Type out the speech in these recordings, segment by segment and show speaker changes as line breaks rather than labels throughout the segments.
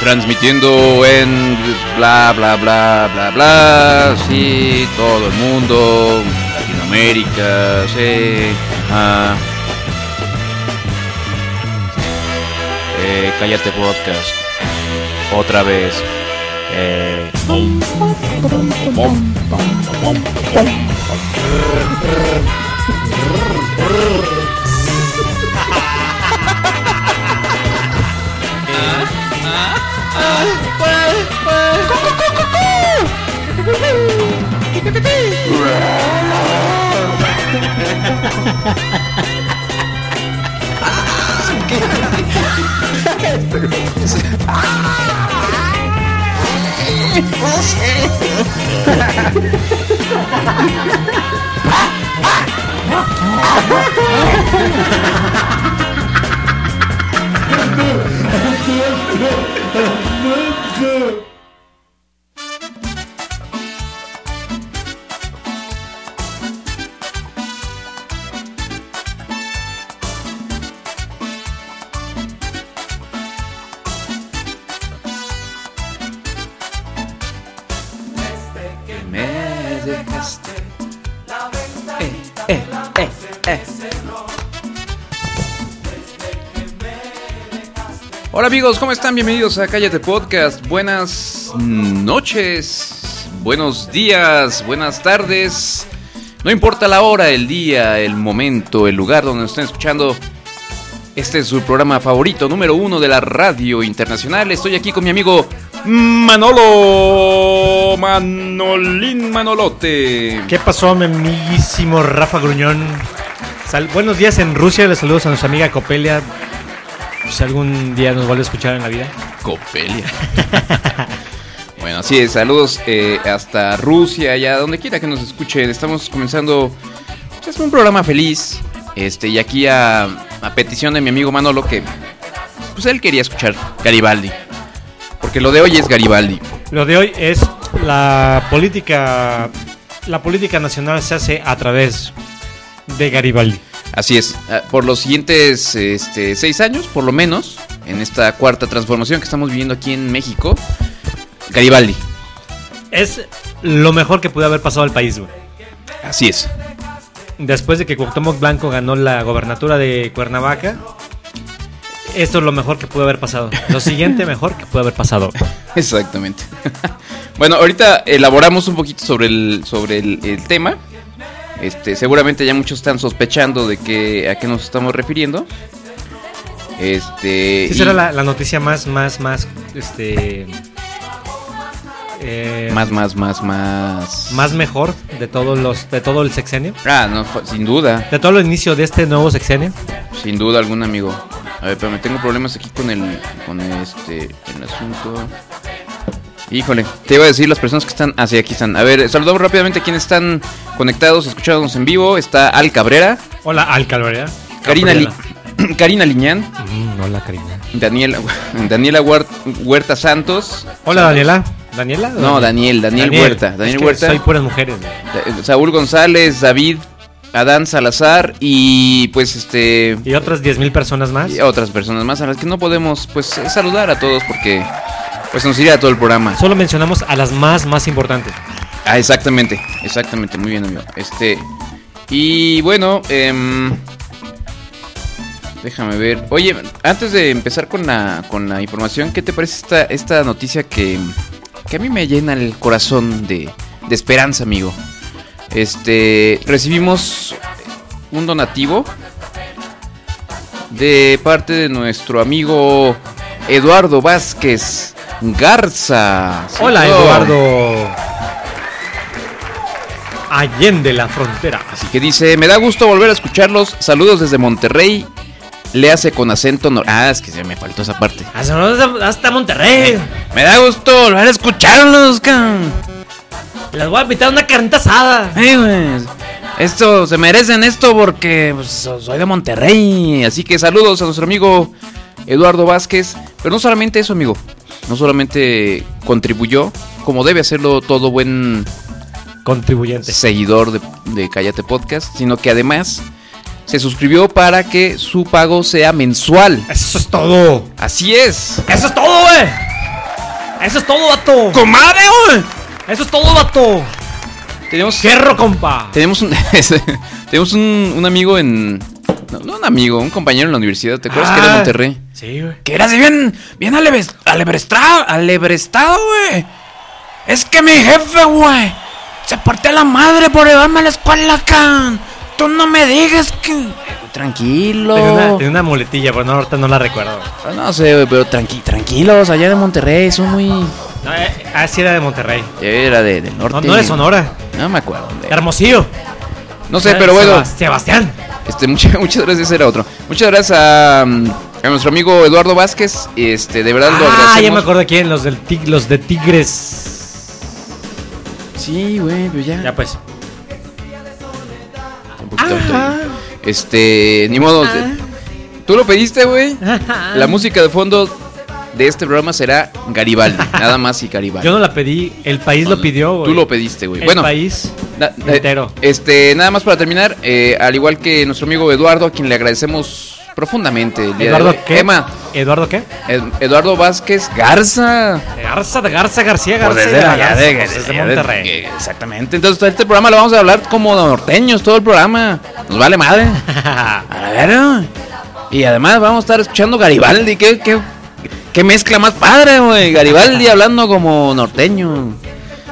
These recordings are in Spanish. transmitiendo en bla bla bla bla bla, sí, todo el mundo, Latinoamérica, sí, ah. Eh, cállate podcast, otra vez, eh, me dejaste,
Eh, eh, eh.
Hola amigos, ¿cómo están? Bienvenidos a Cállate Podcast. Buenas noches, buenos días, buenas tardes. No importa la hora, el día, el momento, el lugar donde nos estén escuchando. Este es su programa favorito, número uno de la radio internacional. Estoy aquí con mi amigo Manolo Manolín Manolote.
¿Qué pasó, mi amiguísimo Rafa Gruñón? Sal- Buenos días en Rusia, les saludos a nuestra amiga Copelia. Si algún día nos vuelve a escuchar en la vida.
Copelia. bueno, así es, saludos eh, hasta Rusia, allá donde quiera que nos escuchen. Estamos comenzando pues, es un programa feliz. Este, y aquí a, a petición de mi amigo Manolo, que pues él quería escuchar Garibaldi. Porque lo de hoy es Garibaldi.
Lo de hoy es la política. La política nacional se hace a través de Garibaldi.
Así es, ah, por los siguientes este, seis años, por lo menos, en esta cuarta transformación que estamos viviendo aquí en México, Garibaldi.
Es lo mejor que pudo haber pasado al país, güey.
Así es.
Después de que Cuauhtémoc Blanco ganó la gobernatura de Cuernavaca, esto es lo mejor que pudo haber pasado. Lo siguiente mejor que pudo haber pasado.
Exactamente. bueno, ahorita elaboramos un poquito sobre el, sobre el, el tema. Este, seguramente ya muchos están sospechando de que a qué nos estamos refiriendo. Este.
Sí,
y-
será la, la noticia más, más, más, este... eh,
Más, más, más, más.
más mejor de todos los, de todo el sexenio.
Ah, no, fue- sin duda.
De todo el inicio de este nuevo sexenio.
Sin duda algún amigo. A ver, pero me tengo problemas aquí con el. con este. el asunto. Híjole, te iba a decir las personas que están. Ah, sí, aquí están. A ver, saludamos rápidamente a quienes están conectados, escuchándonos en vivo. Está Al Cabrera,
Hola, Alcalvaria.
Karina, Li- Karina Liñán,
Mm, hola, Karina.
Daniel, Daniela Huer- Huerta Santos.
Hola, Daniela. ¿Daniela?
No, Daniel, Daniel, Huerta.
Es
Daniel
que
Huerta.
Soy puras mujeres. güey.
Da- Saúl González, David, Adán Salazar y pues este
Y otras 10.000 personas más.
y otras personas más a las que no podemos pues saludar a todos porque pues nos iría todo el programa.
Solo mencionamos a las más, más importantes.
Ah, exactamente, exactamente, muy bien amigo. Este y bueno, em, déjame ver. Oye, antes de empezar con la con la información, ¿qué te parece esta esta noticia que que a mí me llena el corazón de de esperanza, amigo? Este, recibimos un donativo de parte de nuestro amigo Eduardo Vázquez Garza.
Hola,
Señor.
Eduardo. Allende la frontera.
Así que dice, me da gusto volver a escucharlos. Saludos desde Monterrey. Le hace con acento nor... Ah, es que se me faltó esa parte.
Hasta hasta Monterrey.
Me da gusto volver a escucharlos, can.
Les voy a invitar una carnita asada.
Eh, güey. Esto, se merecen esto porque pues, so- soy de Monterrey. Así que saludos a nuestro amigo Eduardo Vázquez. Pero no solamente eso, amigo. No solamente contribuyó, como debe hacerlo todo buen
Contribuyente.
seguidor de, de Cállate Podcast, sino que además se suscribió para que su pago sea mensual.
Eso es todo.
Así es.
Eso es todo, güey. Eso es todo, vato.
¡Comadre! oh!
Eso es todo, vato.
Tenemos,
Cierro, compa.
tenemos, un, tenemos un, un amigo en. No, no un amigo, un compañero en la universidad. ¿Te acuerdas que era de
Ah.
Monterrey?
Sí, güey.
Que era así bien, bien alebes- alebrestado, alebrestado, güey. Es que mi jefe, güey, se partió la madre por llevarme a la escuela, can. Tú no me digas que... Tranquilo.
Tenía una, tenía una muletilla, pero no, ahorita no la recuerdo.
Ah, No sé, güey, pero tranqui- tranquilos, allá de Monterrey son muy...
No, eh, ah, sí, era de Monterrey.
Era de, del norte.
No, no de Sonora.
No me acuerdo. dónde era.
Hermosillo.
No sé, pero bueno.
Sebas- Sebastián.
Este, muchas, muchas gracias, era otro. Muchas gracias a, mm, a nuestro amigo Eduardo Vázquez. Este, de verdad lo
Ah,
agradecemos.
ya me acuerdo quién, los, del tig- los de Tigres.
Sí, güey, pero
Ya pues.
Un poquito autoritario. Este, ni modo. Tú lo pediste, güey. La música de fondo de este programa será Garibaldi. nada más y Garibaldi.
Yo no la pedí, el país lo pidió, güey.
Tú lo pediste, güey.
El
Bueno,
país
na- eh,
entero.
este, nada más para terminar, eh, al igual que nuestro amigo Eduardo, a quien le agradecemos profundamente. el día de
Eduardo
hoy.
qué?
Emma,
¿Eduardo qué?
Ed- Eduardo Vázquez Garza.
Garza, Garza, García,
Pues
Garza.
desde
y de la
allá
Garza,
de-
pues, desde
de- de-
Monterrey.
que- Exactamente. Entonces, todo este programa lo vamos a hablar como norteños, todo el programa. Nos vale madre. A ver. ¿no? Y además vamos a estar escuchando Garibaldi. ¿Qué, qué, qué mezcla más padre, güey? Garibaldi hablando como norteño.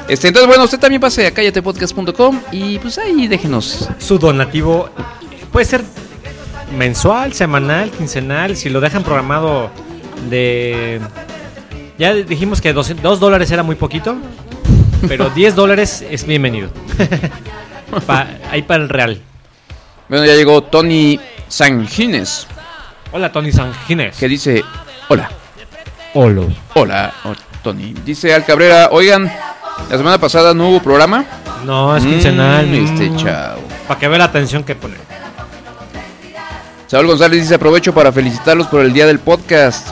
Este, entonces, bueno, usted también pase a callatepodcast.com y pues ahí déjenos.
Su donativo puede ser mensual, semanal, quincenal, si lo dejan programado de... Ya dijimos que 2 dólares era muy poquito, pero 10 dólares es bienvenido. Pa- ahí para el real.
Bueno, ya llegó Tony Sangines
Hola Tony Sanjines.
que dice: Hola.
Hola.
Hola, oh, Tony. Dice Al Cabrera: Oigan, la semana pasada no hubo programa.
No, es
Mm,
quincenal.
Este chao.
Para que vea la atención que pone.
Saúl González dice: Aprovecho para felicitarlos por el día del podcast.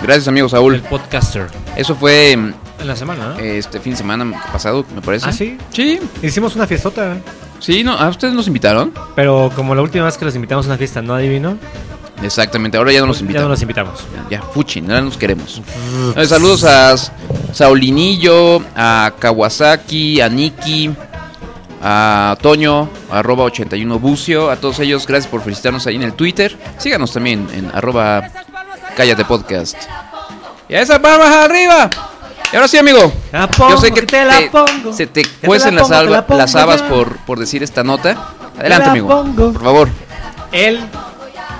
Gracias, amigo
El
Saúl.
podcaster.
Eso fue mm,
En la semana. ¿eh?
este fin de semana pasado, me parece.
¿Ah, sí?
Sí,
Hicimos una fiestota.
sí, no, ¿a ustedes nos invitaron?
Pero como la última vez que los invitamos a una fiesta, ¿no adivino?
Exactamente, ahora ya no nos
ya no
invitan.
los invitamos.
Ya, fuchi, no nos queremos. Eh, saludos a S- Saulinillo, a Kawasaki, a Nikki, a Toño, arroba 81 Bucio, a todos ellos, gracias por felicitarnos ahí en el Twitter. Síganos también en arroba cállate podcast. Y a esas palmas arriba. Y ahora sí, amigo.
Te la pongo,
Yo sé que,
que te la pongo.
se te
Que te la
cuecen las,
pongo, te la
alba-
pongo
las habas
ya.
por, por decir esta nota. Adelante,
la
amigo.
pongo.
Por favor.
El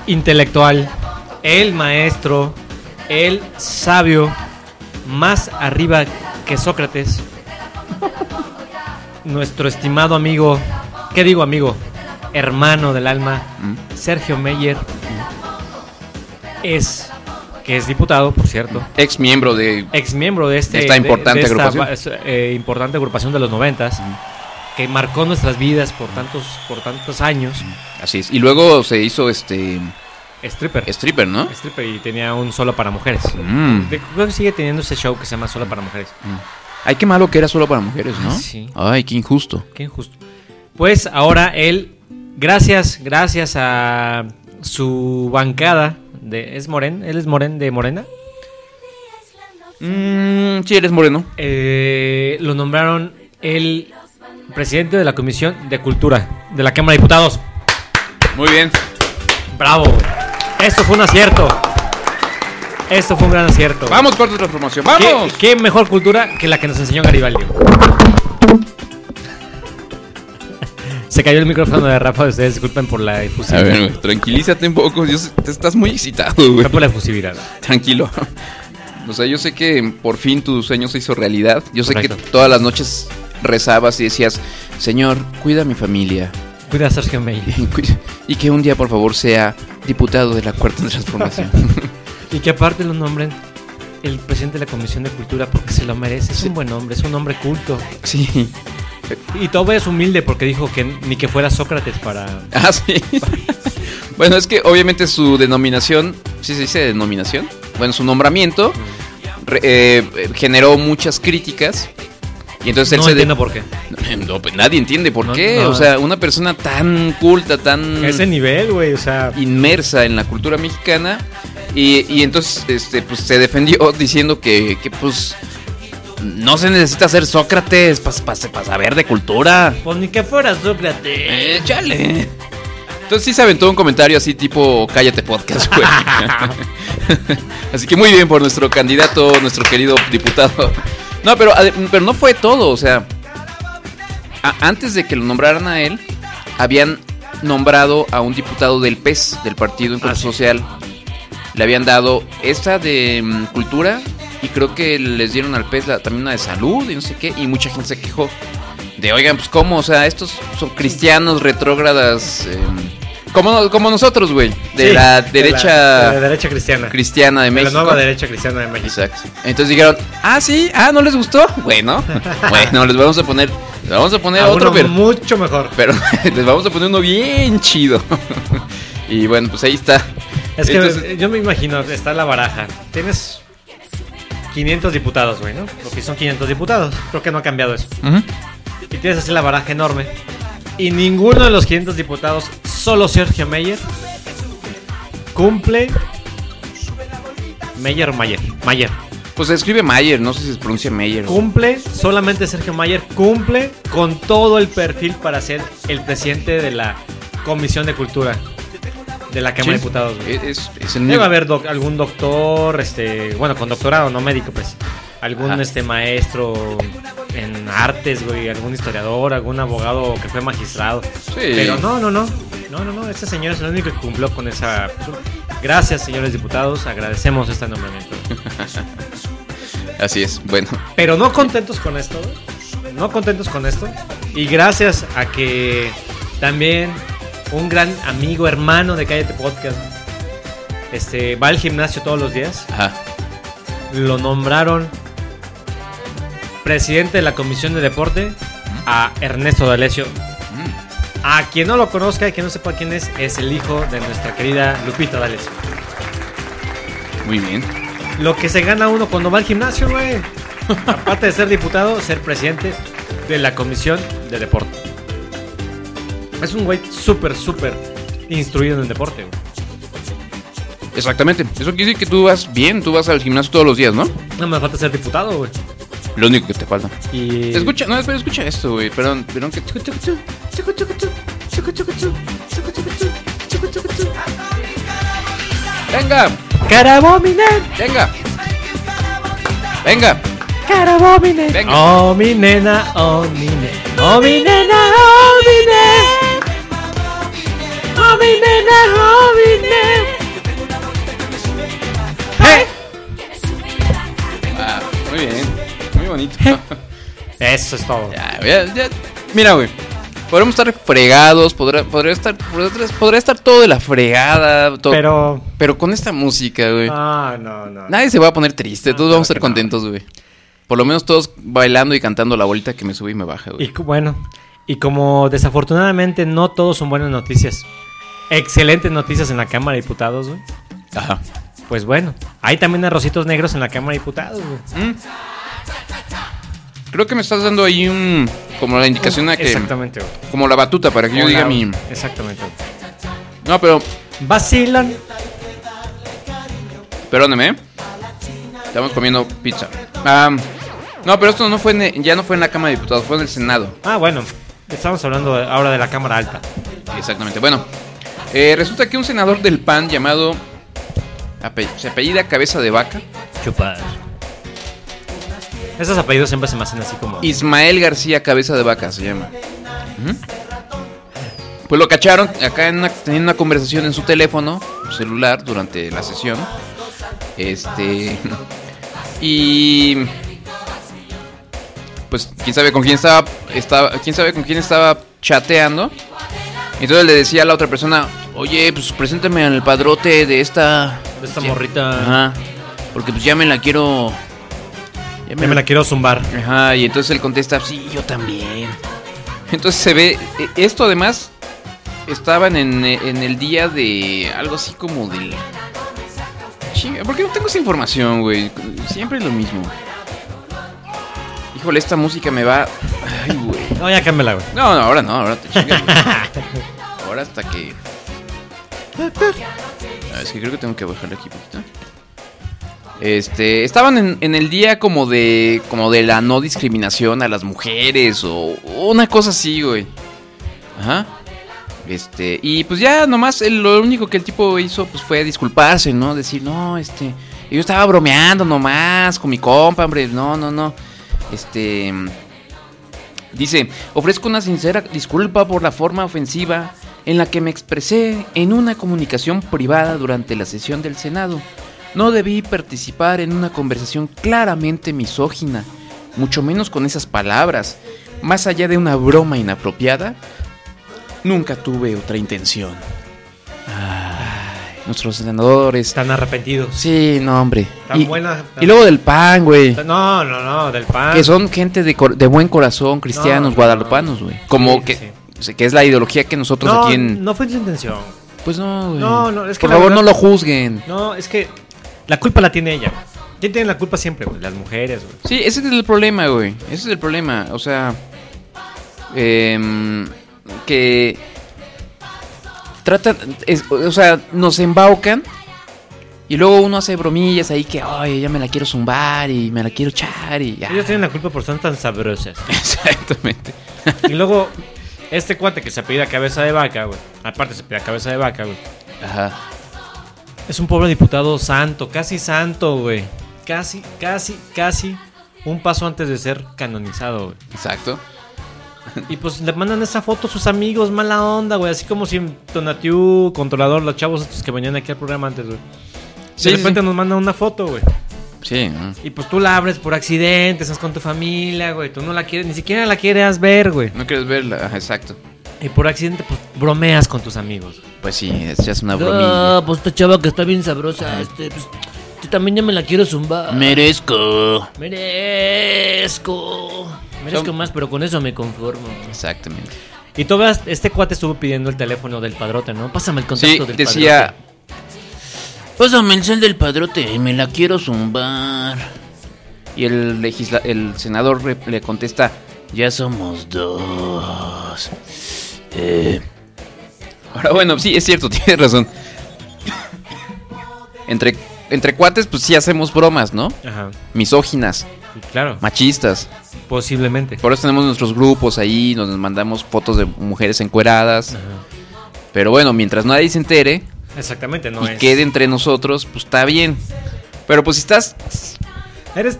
intelectual, el maestro, el sabio, más arriba que Sócrates. Nuestro estimado amigo, ¿qué digo amigo? Hermano del alma,
Mm.
Sergio Meyer. Es, que es diputado, por cierto.
Ex miembro de
ex miembro de este
Esta
de-
importante
de esta
agrupación.
va- es- eh, importante agrupación de los noventas que marcó nuestras vidas por tantos por tantos años
Así es. Y luego se hizo este
stripper
stripper, ¿no?
stripper y tenía un solo para mujeres
Mm.
De- creo que sigue teniendo ese show que se llama solo para mujeres
Ay, qué malo que era solo para mujeres, ¿no?
Sí.
Ay, qué injusto.
qué injusto pues ahora él gracias gracias a su bancada de es Moren él es Moren de Morena
Mm, sí, eres moreno.
eh, lo nombraron el presidente de la comisión de cultura de la Cámara de Diputados
Muy bien.
Bravo. Esto fue un acierto. Esto fue un gran acierto.
Vamos, cuarta transformación.
¿Qué,
¡Vamos!
qué mejor cultura que la que nos enseñó Garibaldi? Se cayó el micrófono de Rafa de ustedes, disculpen por la
A
efusividad.
ver, güey, tranquilízate un poco. Yo sé- te estás muy excitado, güey.
Fue por la efusividad.
Tranquilo. O sea, yo sé que por fin tu sueño se hizo realidad. Yo sé que
Correcto.
todas las noches rezabas y decías, Señor, cuida a mi familia.
Cuida a Sergio May.
Y que un día, por favor, sea diputado de la cuarta transformación.
Y que aparte lo nombren el presidente de la Comisión de Cultura porque se lo merece. Es
Sí.
un buen hombre, es un hombre culto.
sí.
Y todo es humilde porque dijo que ni que fuera Sócrates para...
Ah, sí. bueno, es que obviamente su denominación, sí se dice denominación, bueno, su nombramiento re- eh, eh, generó muchas críticas. Y entonces pues él
no
se de-
entiendo por qué.
No, pues nadie entiende por
No,
qué.
no.
O sea, una persona tan culta, tan
A Ese nivel, güey, o sea...
inmersa en la cultura mexicana, Y, y entonces este, pues, se defendió diciendo que, que, pues no se necesita ser Sócrates para saber de cultura.
Pues ni que fuera Sócrates.
Eh, chale. Entonces sí se aventó un comentario así tipo cállate podcast, güey. así que muy bien por nuestro candidato, nuestro querido diputado. No, pero, ade- pero no fue todo, o sea, a- antes de que lo nombraran a él, habían nombrado a un diputado del PES, del Partido Encuentro
Ah, sí.
Social. Le habían dado esta de mm, cultura y creo que les dieron al PES la- también una de salud y no sé qué. Y mucha gente se quejó de, oigan, pues cómo, o sea, estos son cristianos retrógradas, em, como, no- como nosotros, güey, de
Sí,
la
de
derecha
de la derecha cristiana.
cristiana de
de la
México.
nueva derecha cristiana de México.
Exacto. Entonces dijeron, ah, sí, ah, ¿no les gustó? Bueno, bueno, les vamos a poner, les vamos a poner
A
otro,
uno
pero,
mucho mejor.
pero les vamos a poner uno bien chido. y bueno, pues ahí está.
Es que
Entonces,
yo me imagino, está la baraja. Tienes 500 diputados, güey, ¿no? Porque son 500 diputados. Creo que no ha cambiado eso.
ujú.
Y tienes así la baraja enorme. Y ninguno de los 500 diputados, solo Sergio Mayer, cumple. Mayer o Mayer. Mayer.
pues se escribe Mayer, no sé si se pronuncia Mayer. güey.
Cumple, solamente Sergio Mayer cumple con todo el perfil para ser el presidente de la Comisión de Cultura de la
Sí.
Cámara de
Eh,
Diputados. güey.
Es, es el
Debe
único.
haber doc- algún doctor, este, bueno, con doctorado, no médico, pues. Algún
Ajá.
este maestro en artes, güey, algún historiador, algún abogado que fue magistrado. Pero no, no, no. No, no, no, este señor es el único que cumplió con esa pues, Gracias, señores diputados, agradecemos este nombramiento.
Así es, bueno.
Pero no contentos con esto, güey, no contentos con esto. Y gracias a que también un gran amigo, hermano de Cállate Podcast, este, va al gimnasio todos los días.
Ajá.
lo nombraron presidente de la Comisión de Deporte a Ernesto D'Alessio.
Mm.
A quien no lo conozca y que no sepa quién es, es el hijo de nuestra querida Lupita D'Alessio.
Muy bien.
Lo que se gana uno cuando va al gimnasio, güey. Aparte de ser diputado, ser presidente de la Comisión de Deporte. Es un güey súper, súper instruido en el deporte, güey.
Exactamente. Eso quiere decir que tú vas bien, tú vas al gimnasio todos los días, ¿no?
No me falta ser diputado, güey.
Lo único que te falta.
Y...
Escucha, no, espera, escucha esto, güey. Perdón, perdón que. Venga,
¡Carabominen!
venga. Venga,
Carabomine.
Venga.
Oh, mi nena, oh, mi nena. Oh, mi nena, oh, mi nena. Oh, mi nena, oh, mi nena. ¡Hey!
Ah, muy bien. Muy bonito.
¿Eh? Eso es todo.
Ya, ya, ya. Mira, güey. Podremos estar fregados, podrá, podrá estar, podrá, podrá estar todo de la fregada, todo.
Pero.
Pero con esta música, güey.
Ah, no, no.
Nadie se va a poner triste, todos
Ah,
vamos a estar
claro que no.
contentos, güey. Por lo menos todos bailando y cantando la bolita que me sube y me baja,
Y
güey.
cu- bueno, y como desafortunadamente no todos son buenas noticias. Excelentes noticias en la Cámara de Diputados, güey.
Ajá.
Pues bueno, hay también arrocitos negros en la Cámara de Diputados, güey.
Mm. Creo que me estás dando ahí un como la indicación a que
Exactamente, güey.
como la batuta para que yo diga
Hola,
mi
Exactamente, güey.
No, pero
Vacilan.
perdóneme. ¿eh? Estamos comiendo pizza. Ah, no, pero esto no fue en e- ya no fue en la Cámara de Diputados, fue en el Senado.
Ah, bueno. Estamos hablando de- ahora de la Cámara Alta.
Exactamente. Bueno, eh, resulta que un senador del PAN llamado ape- se apellida Cabeza de Vaca,
Chupar. Esos apellidos siempre se me hacen así como.
Ismael García Cabeza de Vaca se llama. Ujú. Pues lo cacharon acá en una, teniendo una conversación en su teléfono celular durante la sesión. Este. Y. Pues quién sabe con quién estaba. estaba quién sabe con quién estaba chateando. Entonces le decía a la otra persona: Oye, pues preséntame al padrote de esta.
De esta morrita.
Ajá. Porque pues ya me la quiero. Ya
Ya me la quiero zumbar.
Ajá, y entonces él contesta, sí, yo también. Entonces se ve, e- esto además, estaban en, eh, en el día de algo así como del... Chinga, ¿Por qué no tengo esa información, güey? Siempre es lo mismo. Híjole, esta música me va... Ay, güey.
No, ya cámbiala, güey.
No, no, ahora no, ahora te chingas. güey. Ahora hasta que... Ah, Es que creo que tengo que bajarle aquí poquito. Este, estaban en, en el día como de como de la no discriminación a las mujeres o o una cosa así, güey. Ajá. Este, y pues ya nomás el- lo único que el tipo hizo pues fue disculparse, ¿no? Decir, "No, este, yo estaba bromeando nomás con mi compa, hombre. No, no, no. Este, Dice, ofrezco una sincera disculpa por la forma ofensiva en la que me expresé en una comunicación privada durante la sesión del Senado. No debí participar en una conversación claramente misógina, mucho menos con esas palabras. Más allá de una broma inapropiada, nunca tuve otra intención. Ay, nuestros senadores.
Están arrepentidos.
Sí, no, hombre.
Tan
Y,
buena.
y luego del pan, güey.
No, no, no, del pan.
Que son gente de, cor- de buen corazón,
No,
cristianos,
no,
guadalupanos, güey. Como
Sí,
que,
sí.
o sea, que es la ideología que nosotros
no,
aquí en...
no fue su intención.
pues no, güey.
No, no, es que
Por
la
favor,
verdad-
no lo juzguen.
No, es que la culpa la tiene ella. ¿Quién tiene la culpa siempre? güey? Las mujeres, güey.
Sí, ese es el problema, güey. Ese es el problema. O sea, em, que tratan, es- o sea, nos embaucan y luego uno hace bromillas ahí que, ay, ya me la quiero zumbar y me la quiero echar y ya.
Ellos tienen la culpa por ser tan sabrosas.
Exactamente.
Y luego, este cuate que se apellida cabeza de vaca, güey. Aparte se apellida cabeza de vaca, güey.
Ajá.
Es un pobre diputado santo, casi santo, güey. Casi, casi, casi un paso antes de ser canonizado, güey.
Exacto.
Y pues le mandan esa foto a sus amigos, mala onda, güey. Así como si Tonatiu, controlador, los chavos estos que venían aquí al programa antes, güey.
Sí, sí,
de repente
sí.
nos mandan una foto, güey.
Sí, ¿no?
Y pues tú la abres por accidente, estás con tu familia, güey. Tú no la quieres, ni siquiera la quieres ver, güey.
no quieres verla. Ajá, exacto.
Y por accidente, pues bromeas con tus amigos.
Pues sí, es- ya es una bromilla.
Ah, pues esta chava que está bien sabrosa, este, pues, yo también ya me la quiero zumbar.
Merezco.
merezco. Merezco
Son-
más, pero con eso me conformo.
Exactamente.
Y tú veas, este cuate estuvo pidiendo el teléfono del padrote, ¿no? Pásame el
Sí,
contacto del
decía,
padrote.
Pásame el cel del padrote, me la quiero zumbar.
y el, legisla- el senador re- le contesta,
Ya somos dos.
Eh, ahora bueno, sí, es cierto, tienes razón. entre, entre cuates, pues sí hacemos bromas, ¿no?
Ajá,
Misóginas,
y claro,
machistas.
posiblemente.
Por eso tenemos nuestros grupos ahí, nos mandamos fotos de mujeres encueradas.
Ajá.
Pero bueno, mientras nadie se entere
Exactamente, no
y
es.
quede entre nosotros, pues está bien. Pero pues si estás
Eres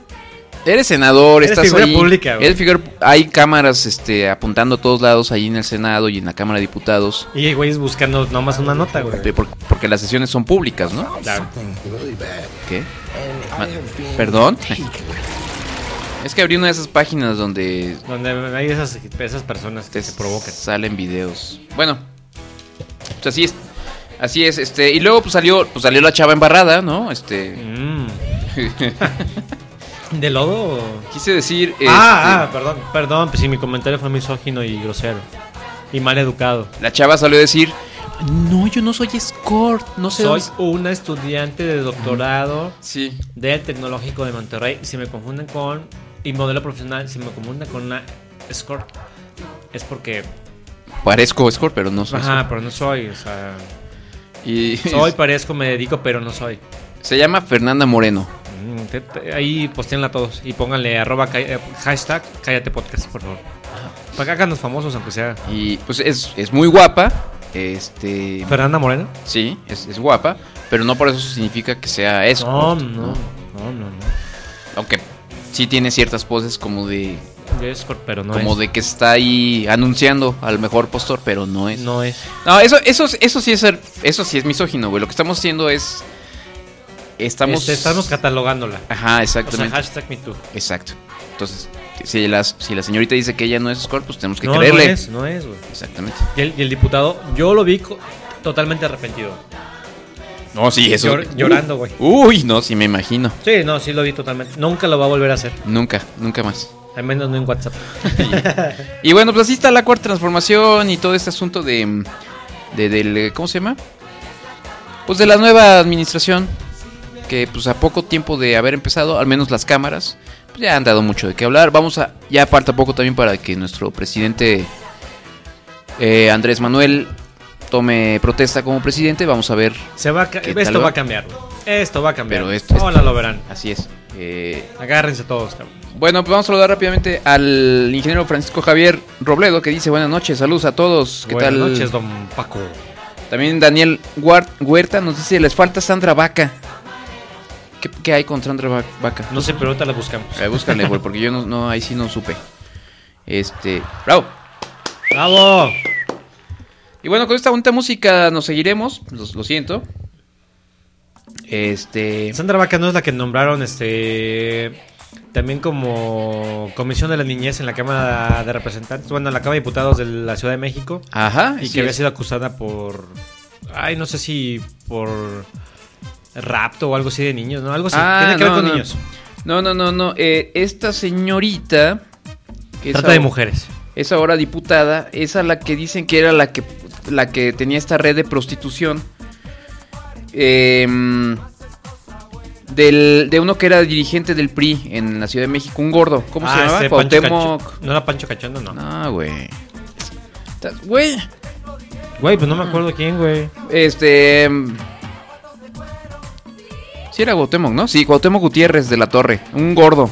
Eres senador,
Eres
estás
figura
ahí.
pública, güey.
Eres figura- hay cámaras este, apuntando a todos lados ahí en el Senado y en la Cámara de Diputados.
Y güey es buscando nomás una nota, güey.
de- por- porque las sesiones son públicas, ¿no?
Claro.
¿Qué? Ma- ¿Perdón? Es que abrí una de esas páginas donde
Donde hay esas, esas personas que
te
se provocan.
salen videos. Bueno, pues así es. Así es, este, y luego pues salió, pues salió la chava embarrada, ¿no? Este,
Mm. ¿De lodo? o-
quise decir,
Ah, ah,
este,
perdón, perdón, pues si mi comentario fue misógino y grosero. Y mal educado.
la chava salió a decir, no, yo no soy escort, no sé
Soy
dónde-".
una estudiante de doctorado
Sí,
del Tecnológico de Monterrey. Si me confunden con. Y modelo profesional, si me confunden con una escort, es porque. pues,
Parezco escort, pero no soy.
Ajá, pero no soy, o sea.
escort. Y
Soy, parezco, me dedico, pero no soy.
se llama Fernanda Moreno.
Mm, te- te- Ahí postéenla todos y pónganle arroba ca- eh, hashtag cállate podcast, por favor. Para que hagan los famosos, aunque sea.
Y pues es, es muy guapa. Este.
Fernanda Moreno.
Sí, es, es guapa. Pero no por eso significa que sea
No,
escort.
no, no, no, no.
Aunque sí tiene ciertas poses como de.
Yo es cor- pero no
como
es.
de que está ahí anunciando al mejor postor, pero no es. No,
No es.
eso, eso, eso sí es ser- eso sí es misógino, güey. Lo que estamos haciendo es. Estamos.
Este, estamos catalogándola.
Ajá,
O sea,
exactamente. Pues
hashtag me too.
Exacto. Entonces, si, las, si la señorita dice que ella no es escort, pues tenemos que
No, no
creerle.
es, no es, güey.
Exactamente.
Y el, y el diputado, yo lo vi co- totalmente arrepentido.
No, sí, eso. uh,
Llor- llorando, güey.
Uy, no, sí, me imagino.
Sí, no, sí lo vi totalmente. Nunca lo va a volver a hacer.
Nunca, nunca más.
Al menos no en WhatsApp.
Y bueno, pues así está la cuarta transformación y todo este asunto de. de del, eh, ¿Cómo se llama? Pues de la nueva administración. Que pues a poco tiempo de haber empezado, al menos las cámaras, pues ya han dado mucho de qué hablar. Vamos a. Ya falta poco también para que nuestro presidente eh, Andrés Manuel tome protesta como presidente, vamos a ver.
Se va a ca-
¿Qué
esto
tal va?
va a cambiar. Esto va a cambiar.
Pero esto-
Hola, lo verán.
Así es. Eh,
Agárrense todos, cabrón.
Bueno, pues vamos a saludar rápidamente al ingeniero Francisco Javier Robledo que dice buenas noches, saludos a todos. Pues, ¿Qué
Buenas
tal?
noches, don Paco.
También Daniel Guar- Huerta nos dice, les falta Sandra Vaca. ¿Qué, qué hay con Sandra Va- Vaca?
No sé, pero ahorita la buscamos.
Eh, búscale, güey, porque yo no, no, ahí sí no supe. Este, bravo.
¡Bravo!
Y bueno, con esta bonita música nos seguiremos, los- lo, siento. Este,
Sandra Vaca no es la que nombraron este también como Comisión de la Niñez en la Cámara de Representantes, bueno, en la Cámara de Diputados de la Ciudad de México
ajá,
y
así
que había
Ah, es.
sido acusada por ay, no sé si por rapto o algo así de niños, ¿no? Algo así,
Ah,
tiene que
no,
ver con
no.
niños.
No, no, no, no, eh, esta señorita que es
Trata de
ahora-
mujeres.
es ahora diputada, es a la que dicen que era la que, la que tenía esta red de prostitución. Em, del- de uno que era dirigente del PRI en la Ciudad de México, un gordo. ¿Cómo se
Ah,
llamaba?
este, Pancho
Cuauhtémoc.
Cacho- No era Pancho Cachondo, no.
No, güey. Ta- Güey.
Güey, pues no me acuerdo quién, güey.
Este. em, Sí, era Cuauhtémoc, ¿no? Sí, Cuauhtémoc Gutiérrez de la Torre. Un gordo.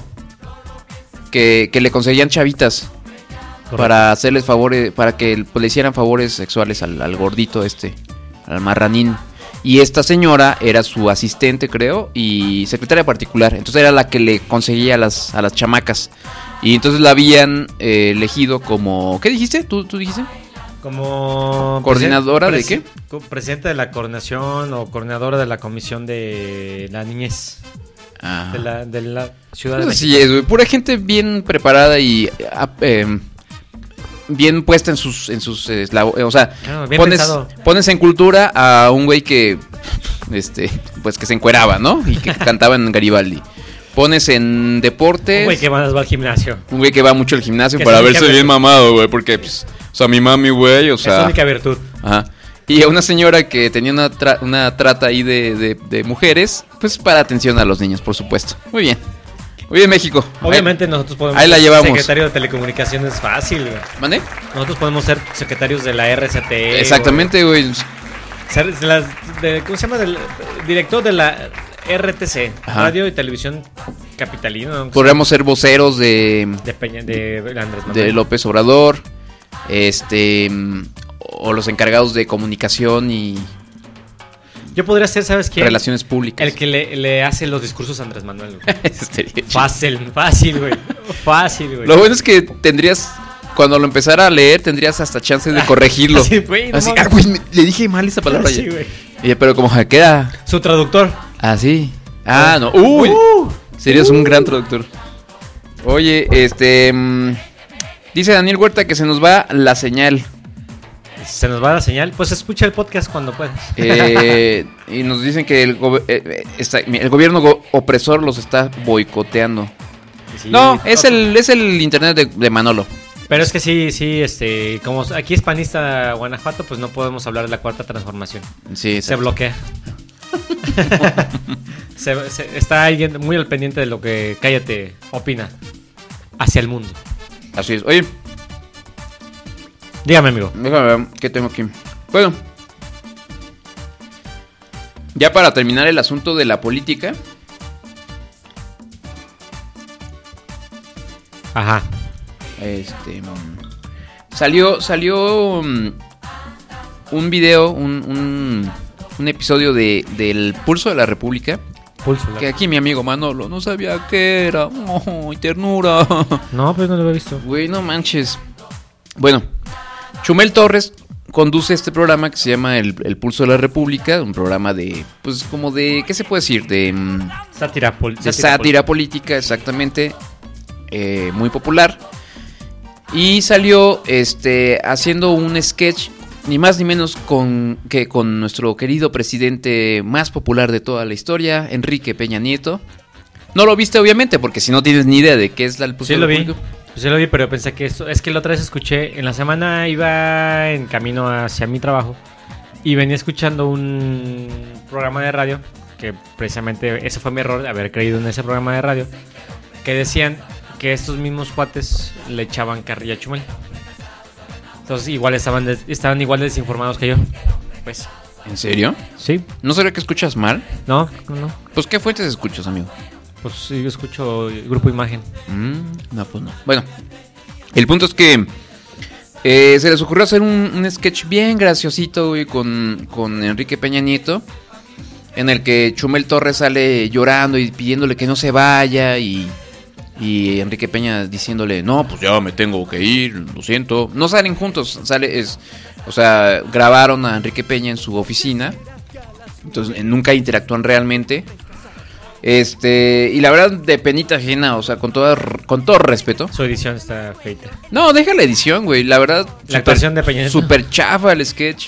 Que, que le conseguían chavitas. para hacerles favores, para que pues, le hicieran favores sexuales al, al gordito este, al marranín. Y esta señora era su asistente, creo, y secretaria particular. Entonces era la que le conseguía a las, a las chamacas. Y entonces la habían eh, elegido como... ¿Qué dijiste? ¿Tú, tú dijiste?
Como
¿Coordinadora de
presi-
qué?
co- Presidenta de la coordinación o coordinadora de la comisión de la niñez
Ah.
de la, de la ciudad
Pues
de
así es, güey. Pura gente bien preparada y... ah, eh, bien puesta en sus... En sus eh, labo- eh, o sea,
Ah, bien
pones,
pensado.
pones en cultura a un güey que este pues que se encueraba, ¿no? Y que cantaba en Garibaldi. Pones en
Un
deportes
güey que va, va al gimnasio.
un güey que va mucho al gimnasio
Que
para
es la
verse
única
bien
virtud.
mamado, güey, porque pues, o sea, mi mami, güey, o
es su
sea,
única virtud.
ajá. Y a una señora que tenía una, tra- una trata ahí de, de- de mujeres, pues para atención a los niños, por supuesto. Muy bien. Muy bien, México.
Obviamente nosotros podemos
ahí la
ser
llevamos.
secretario de telecomunicaciones fácil. güey.
Ay, ¿Mande?
Nosotros podemos ser secretarios de la RCT.
Exactamente, güey.
o ser de las- de- ¿Cómo se llama? Del- director de la RTC,
Ajá.
Radio y Televisión Capitalina. ¿no?
Podríamos ser voceros de,
De, Peña- de Andrés Manuel.
de López Obrador, este mm, o los encargados de comunicación y
Yo podría ser, ¿sabes quién?
relaciones públicas.
El que le, le hace los discursos a Andrés Manuel. güey.
Estaría chido.
Fácil, fácil, güey. Fácil, güey.
Lo bueno es que tendrías cuando lo empezara a leer tendrías hasta chances de corregirlo.
Ah, Así, güey, no
Así,
mames.
ah, güey, me- le dije mal esa palabra.
Sí,
ya.
güey.
Y ya, pero como se queda
Su traductor.
así. Ah, no. Uy,
Uh,
serías un gran traductor. Oye, este mm, dice Daniel Huerta que se nos va la señal.
Se nos va la señal. Pues escucha el podcast cuando puedas.
Eh, y nos dicen que el, gobe- eh, eh, está- el gobierno go- opresor los está boicoteando.
Sí,
No, es
otro.
el, es el internet de, de Manolo.
Pero es que sí, sí, este. Como aquí es panista Guanajuato, pues no podemos hablar de la cuarta transformación.
Sí,
Se bloquea. Se- se- está alguien muy al pendiente de lo que cállate opina hacia el mundo.
así es. Oye,
Dígame, amigo.
déjame ver qué tengo aquí. Bueno. Ya para terminar el asunto de la política,
Ajá.
este mm, salió salió mm, un video, un, un- un episodio de, del Pulso de la República,
Pulso.
Que aquí mi amigo Manolo no sabía qué era. Oh, ternura.
No, pues no lo había visto.
Güey, no manches. Bueno, Chumel Torres conduce este programa que se llama El, El Pulso de la República. Un programa de, pues, como de, ¿qué se puede decir? De, mm,
Sátira, pol-
de sátira política, exactamente. eh, muy popular. Y salió este, haciendo un sketch, ni más ni menos con, que con nuestro querido presidente más popular de toda la historia, Enrique Peña Nieto. No lo viste, obviamente, porque si no tienes ni idea de qué es la el
Sí lo vi. Pues sí lo vi, pero pensé que esto es que la otra vez escuché en la semana iba en camino hacia mi trabajo y venía escuchando un programa de radio que precisamente ese fue mi error de haber creído en ese programa de radio que decían que estos mismos cuates le echaban carrilla a Chumel. Entonces igual estaban, des- estaban igual de desinformados que yo. Pues,
¿En serio?
sí,
¿No será que escuchas mal?
no, no, no.
Pues, ¿qué fuentes escuchas, amigo?
Pues sí, yo escucho eh, Grupo Imagen.
Mm, no, pues no. Bueno, el punto es que eh, se les ocurrió hacer un, un sketch bien graciosito güey, con, con Enrique Peña Nieto, en el que Chumel Torres sale llorando y pidiéndole que no se vaya y, y Enrique Peña diciéndole, no, pues ya me tengo que ir, lo siento. No salen juntos, sale, es, o sea, grabaron a Enrique Peña en su oficina, entonces eh, nunca interactúan realmente. Este, y la verdad, de penita ajena, o sea, con todo, con todo respeto.
Su edición está feita.
No, deja la edición, güey. La verdad,
La actuación de Peña Nieto.
super chafa el sketch.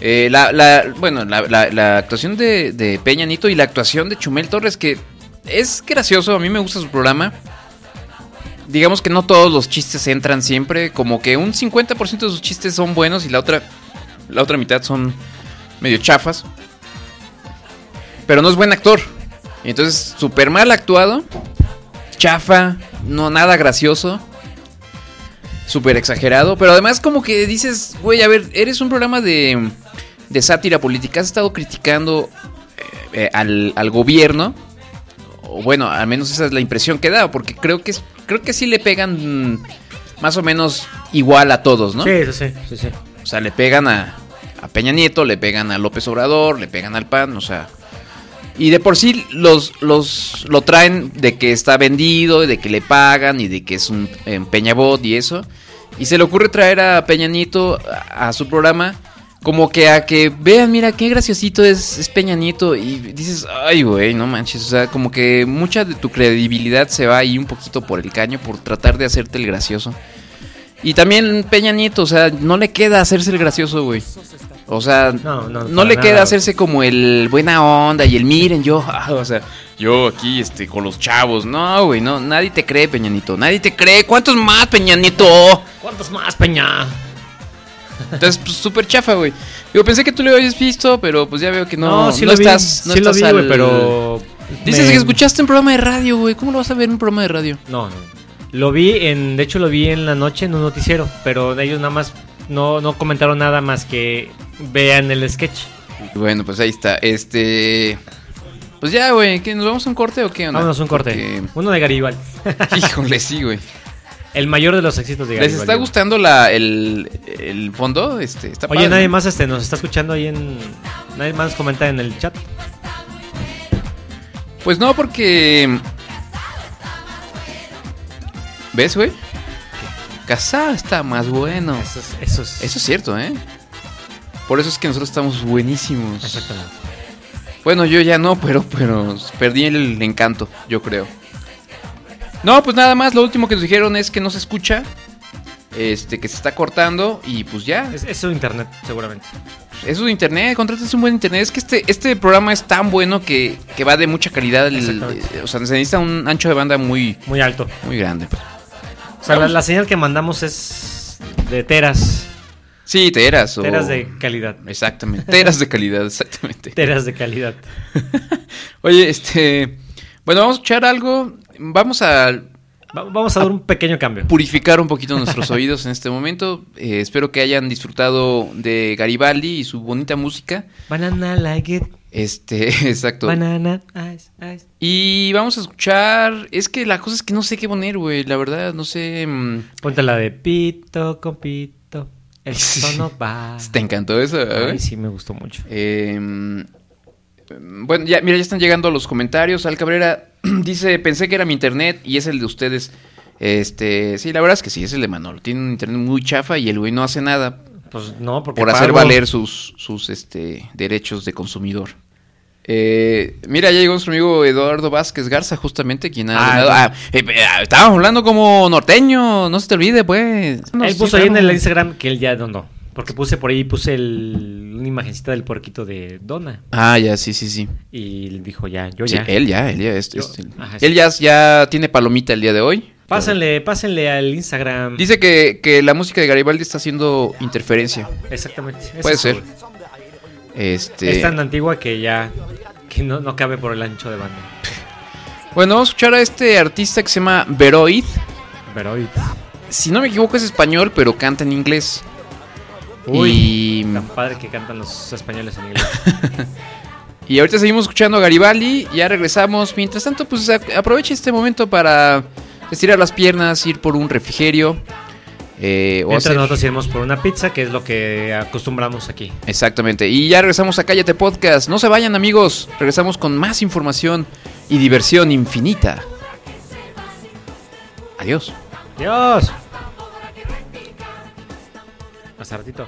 Eh, la, la- bueno, la, la- la actuación de, de Peña Nieto y la actuación de Chumel Torres, que es gracioso, a mí me gusta su programa. Digamos que no todos los chistes entran siempre, como que un 50% de sus chistes son buenos y la otra, la otra mitad son medio chafas. Pero no es buen actor. Entonces, súper mal actuado, chafa, no nada gracioso súper exagerado. Pero además, como que dices, güey, a ver, eres un programa de, de sátira política. Has estado criticando eh, eh, al, al gobierno. O bueno, al menos esa es la impresión que da, porque creo que, es- creo que sí le pegan mm, más o menos igual a todos, ¿no?
Sí, sí, sí, sí, sí.
O sea, le pegan a, a Peña Nieto, le pegan a López Obrador, le pegan al PAN, o sea. Y de por sí los, los lo traen de que está vendido, y de que le pagan y de que es un eh, peñabot y eso. Y se le ocurre traer a Peña Nieto a, a su programa como que a que vean, mira qué graciosito es, es Peña Nieto. Y dices, ay güey, no manches. O sea, como que mucha de tu credibilidad se va ahí un poquito por el caño por tratar de hacerte el gracioso. Y también Peña Nieto, o sea, no le queda hacerse el gracioso, güey. O sea, no,
No, no, para
le
nada,
queda
güey.
hacerse como el buena onda y el miren yo, ah, o sea, yo aquí este con los chavos. No, güey, no, nadie te cree, Peña Nieto. Nadie te cree. ¿Cuántos más, Peña Nieto?
¿Cuántos más, Peña?
Entonces, pues, súper chafa, güey. Yo pensé que tú lo habías visto, pero pues ya veo que no, no,
lo vi,
estás, no
sí lo
estás
vi,
al-
güey, pero...
Dices
me-
que escuchaste un programa de radio, güey. ¿Cómo lo vas a ver en un programa de radio?
No, no. Lo vi en... De hecho, lo vi en la noche en un noticiero, pero ellos nada más no, no comentaron nada más que vean el sketch.
Bueno, pues ahí está. Este. Pues ya, güey, ¿qué, ¿nos vamos a un corte o qué? onda?
Vámonos un corte.
Porque-
Uno de Garibaldi.
Híjole, sí, güey.
el mayor de los éxitos de Garibaldi.
¿Les está gustando la, el, el fondo? Este, está
Oye,
padre,
nadie
¿no?
más este, nos está escuchando ahí en... Nadie más comenta en el chat.
Pues no, porque. ¿Ves, güey? Casado está más bueno.
Eso es... Eso es...
Eso es cierto, ¿eh? Por eso es que nosotros estamos buenísimos.
Exactamente.
Bueno, yo ya no, pero, pero perdí el encanto, yo creo. No, pues nada más, lo último que nos dijeron es que no se escucha. Este, que se está cortando y pues ya.
Es, es su internet, seguramente.
Eso de internet, contratas un buen internet. Es que este, este programa es tan bueno que, que va de mucha calidad. el-
Exactamente.
eh, o sea, se necesita un ancho de banda muy,
Muy alto.
muy grande. pues.
O sea, la, la señal que mandamos es de teras.
Sí, teras. O...
Teras de calidad.
Exactamente. Teras de calidad, exactamente.
Teras de calidad.
Oye, este. Bueno, vamos a escuchar algo. Vamos a
Va- vamos a dar un pequeño cambio.
purificar un poquito nuestros oídos en este momento. Eh, espero que hayan disfrutado de Garibaldi y su bonita música.
Banana like it.
Este, exacto.
Banana ice, ice.
Y vamos a escuchar. Es que la cosa es que no sé qué poner, güey. La verdad, no sé. mm,
Ponte la de pito con pito. El
Sí. Este,
tono va.
Te encantó eso, güey.
Ah. Ay, sí, me gustó mucho.
Eh, mm, bueno, ya, mira, ya están llegando los comentarios. Al Cabrera dice, pensé que era mi internet y es el de ustedes. Este, sí, la verdad es que sí, es el de Manolo. Tiene un internet muy chafa y el güey no hace nada
Pues no, porque.
por hacer
pago.
valer sus, sus este, derechos de consumidor. Eh, mira, ya llegó nuestro amigo Eduardo Vázquez Garza, justamente quien ha
Ah,
donado-
no.
Ah, eh, eh, ah, estábamos hablando como norteño, no se te olvide, pues.
Él
Nos
puso ahí en el
llegaron-
Instagram que él ya donó. Porque puse por ahí, puse el, una imagencita del porquito de Dona.
Ah, ya, sí, sí, sí.
Y él dijo ya, yo
Sí,
ya.
él ya, él ya, es-
Yo-
es-
ajá,
él
sí.
ya, ya tiene palomita el día de hoy.
Pásenle, pásenle al Instagram.
Dice que, que la música de Garibaldi está haciendo interferencia.
Exactamente. es
Puede
eso,
ser.
güey.
Este,
Es tan antigua que ya que no, no cabe por el ancho de banda.
Bueno, vamos a escuchar a este artista que se llama Veroid.
Pero hoy
Si no me equivoco es español, pero canta en inglés.
Uy,
Y- mm.
tan padre que cantan los españoles en inglés.
Y ahorita seguimos escuchando a Garibaldi, ya regresamos. Mientras tanto, pues a- aprovecha este momento para estirar las piernas, ir por un refrigerio. eh, o
Mientras
hacer-
nosotros iremos por una pizza, que es lo que acostumbramos aquí.
Exactamente. Y ya regresamos a Cállate Podcast. No se vayan, amigos. Regresamos con más información y diversión infinita. Adiós.
¡Dios! Hasta ratito.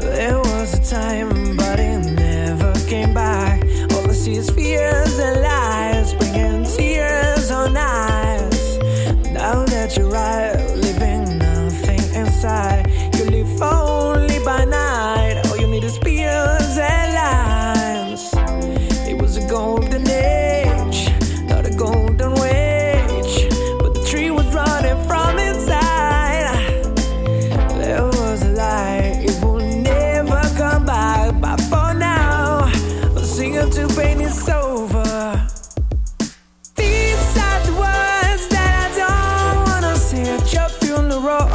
There was a time, but it never came by. All I see is fears and lies, bringing tears on eyes. Now that you're right, leaving nothing inside. You live only by night. All you need is fears and lies. It was a golden age, not a golden wage. But the tree was running from inside. There was a light, it will never come back. But for now, I'll sing until pain is over. These are the words that I don't wanna say at your funeral.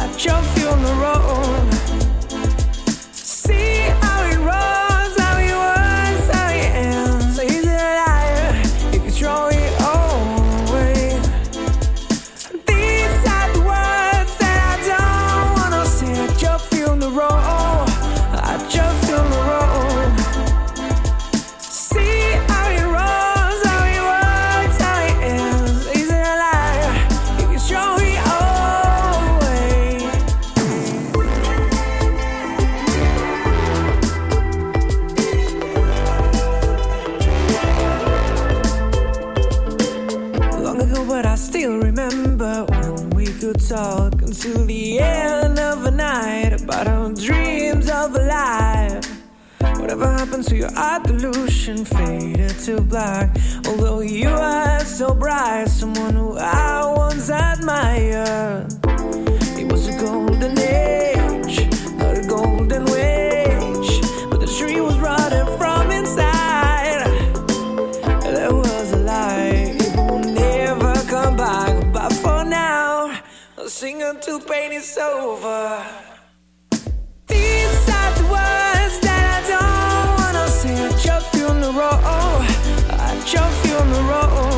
At your funeral. See how it rolls, how it works, how it ends. Is it a liar? You can throw it all away. These are the words that I don't wanna say at your funeral. At your funeral. See how it rolls, how it works, how it ends. Is it a lie? You can show it always. Long ago, but I still remember when we could talk until the end of the night about our dreams of a life. Whatever happened to your art delusion faded to black. Although you are so bright, someone who I once admired. It was a golden age, not a golden wage, but the tree was rotting from inside. There was a lie, it will never come back. But for now, I'll sing until pain is over. These are the words that I don't wanna say at your funeral. At your funeral.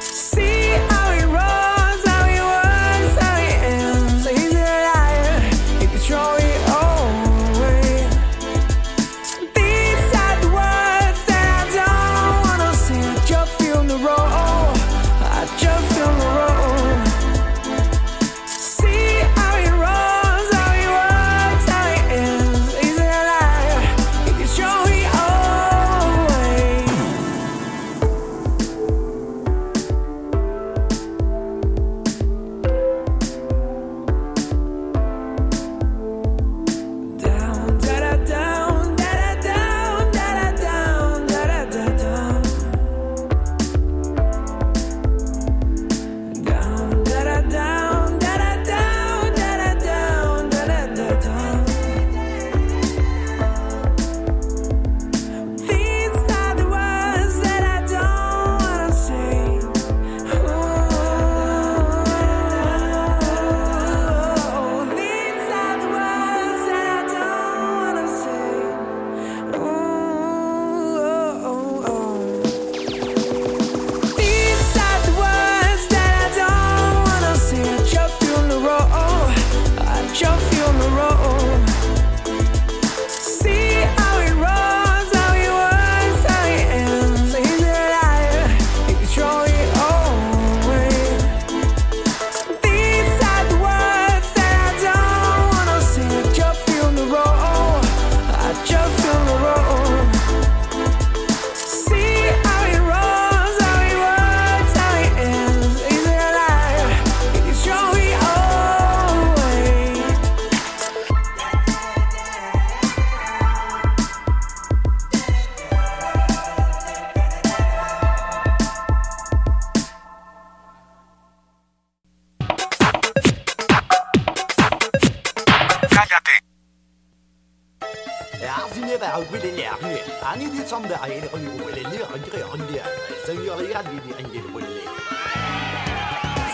See how it rolls, how it works, how it ends. Is it a liar? You can throw it all away. These are the words that I don't wanna say at your funeral. At your funeral. See how it rolls, how it works, how it ends. Is it a lie? You can show it always.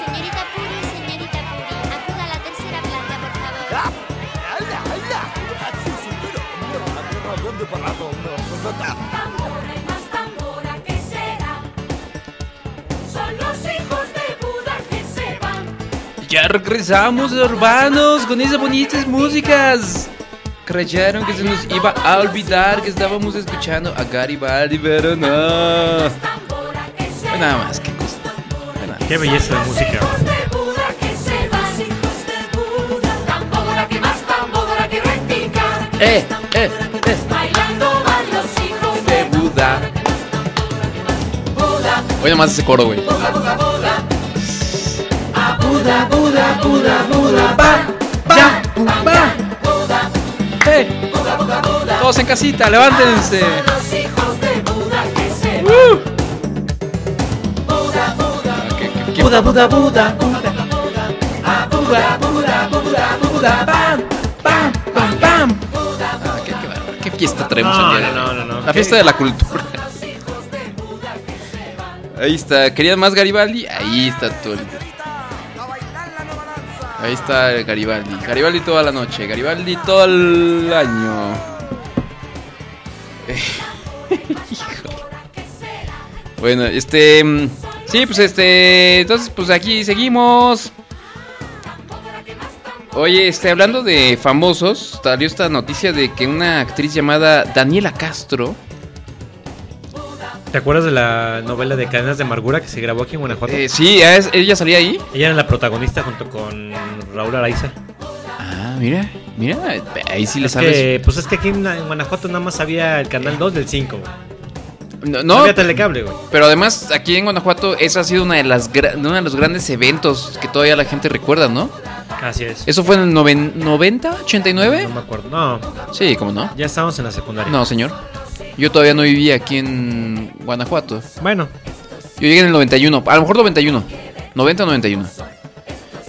Señorita Puri, señorita Puri, acuda a la tercera planta, por favor.
Tambora y más tambora que será. Son los hijos de Buda que se van.
Ya regresamos urbanos con esas bonitas músicas. Creyeron que se nos iba a olvidar que estábamos escuchando a Garibaldi, pero no.
Tambora que se
Fue
van.
Nada más, qué cosa. Fue nada.
Qué belleza de música.
Hijos de Buda que se van. Hijos de Buda. Tambora que más tambora que repica.
Eh, eh, eh.
Bailando van los hijos de
De Buda. Oye, más ese coro, güey. Ya, va. Eh. Todos en casita, levántense.
los hijos de Buda que se van.
Uh. ¿Qué- qué- qué- Ah, qué- qué bárbaro. ¿Qué fiesta traemos
No,
el día de
no,
hoy?
no, no, no.
La fiesta de la cultura. Ahí está. ¿Querían más Garibaldi? Ahí está todo. el- Ahí está el Garibaldi. Garibaldi toda la noche. Garibaldi todo el año. Eh, híjole. Bueno, este. mm, Sí, pues este. Entonces, pues aquí seguimos. Oye, este, hablando de famosos, salió esta noticia de que una actriz llamada Daniela Castro.
¿Te acuerdas de la novela de Cadenas de Amargura que se grabó aquí en Guanajuato?
eh, sí, es- ella salía ahí.
Ella era la protagonista junto con Raúl Araiza.
Ah, mira, mira, ahí sí le
Es
sabes.
que, pues es que aquí en, en Guanajuato nada más había el canal 2 del 5. güey.
No,
No
no,
había telecable, güey.
pero además aquí en Guanajuato esa ha sido una de las gra- uno de los grandes eventos que todavía la gente recuerda, ¿no?
Así es.
Eso fue en el noven- 90,
No
89.
me acuerdo. No,
Sí, ¿cómo no?
ya estábamos en la secundaria.
No, señor. Yo todavía no vivía aquí en Guanajuato.
Bueno,
Yo llegué en el 91, a lo mejor 91. 90 91.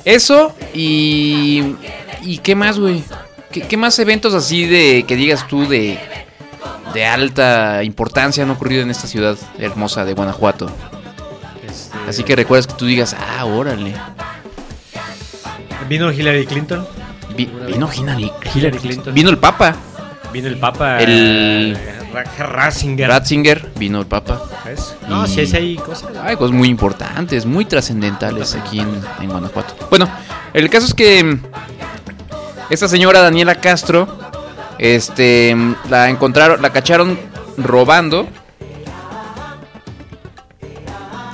Eso y y qué más, güey? ¿Qué, qué más eventos así de que digas tú de de alta importancia han ocurrido en esta ciudad hermosa de Guanajuato?
este,
Así que recuerdas que tú digas, "Ah, órale."
vino Hillary Clinton,
Vi- vino Hillary,
Hillary Clinton.
Vino el Papa
vino el Papa,
El-
eh, Ra- Ratzinger.
Ratzinger, vino el Papa.
¿ves? No,
Y-
sí, sí hay cosas.
Hay cosas muy importantes, muy trascendentales aquí en, en Guanajuato. Bueno, el caso es que mm, esta señora Daniela Castro, este, mm, la encontraron, la cacharon robando,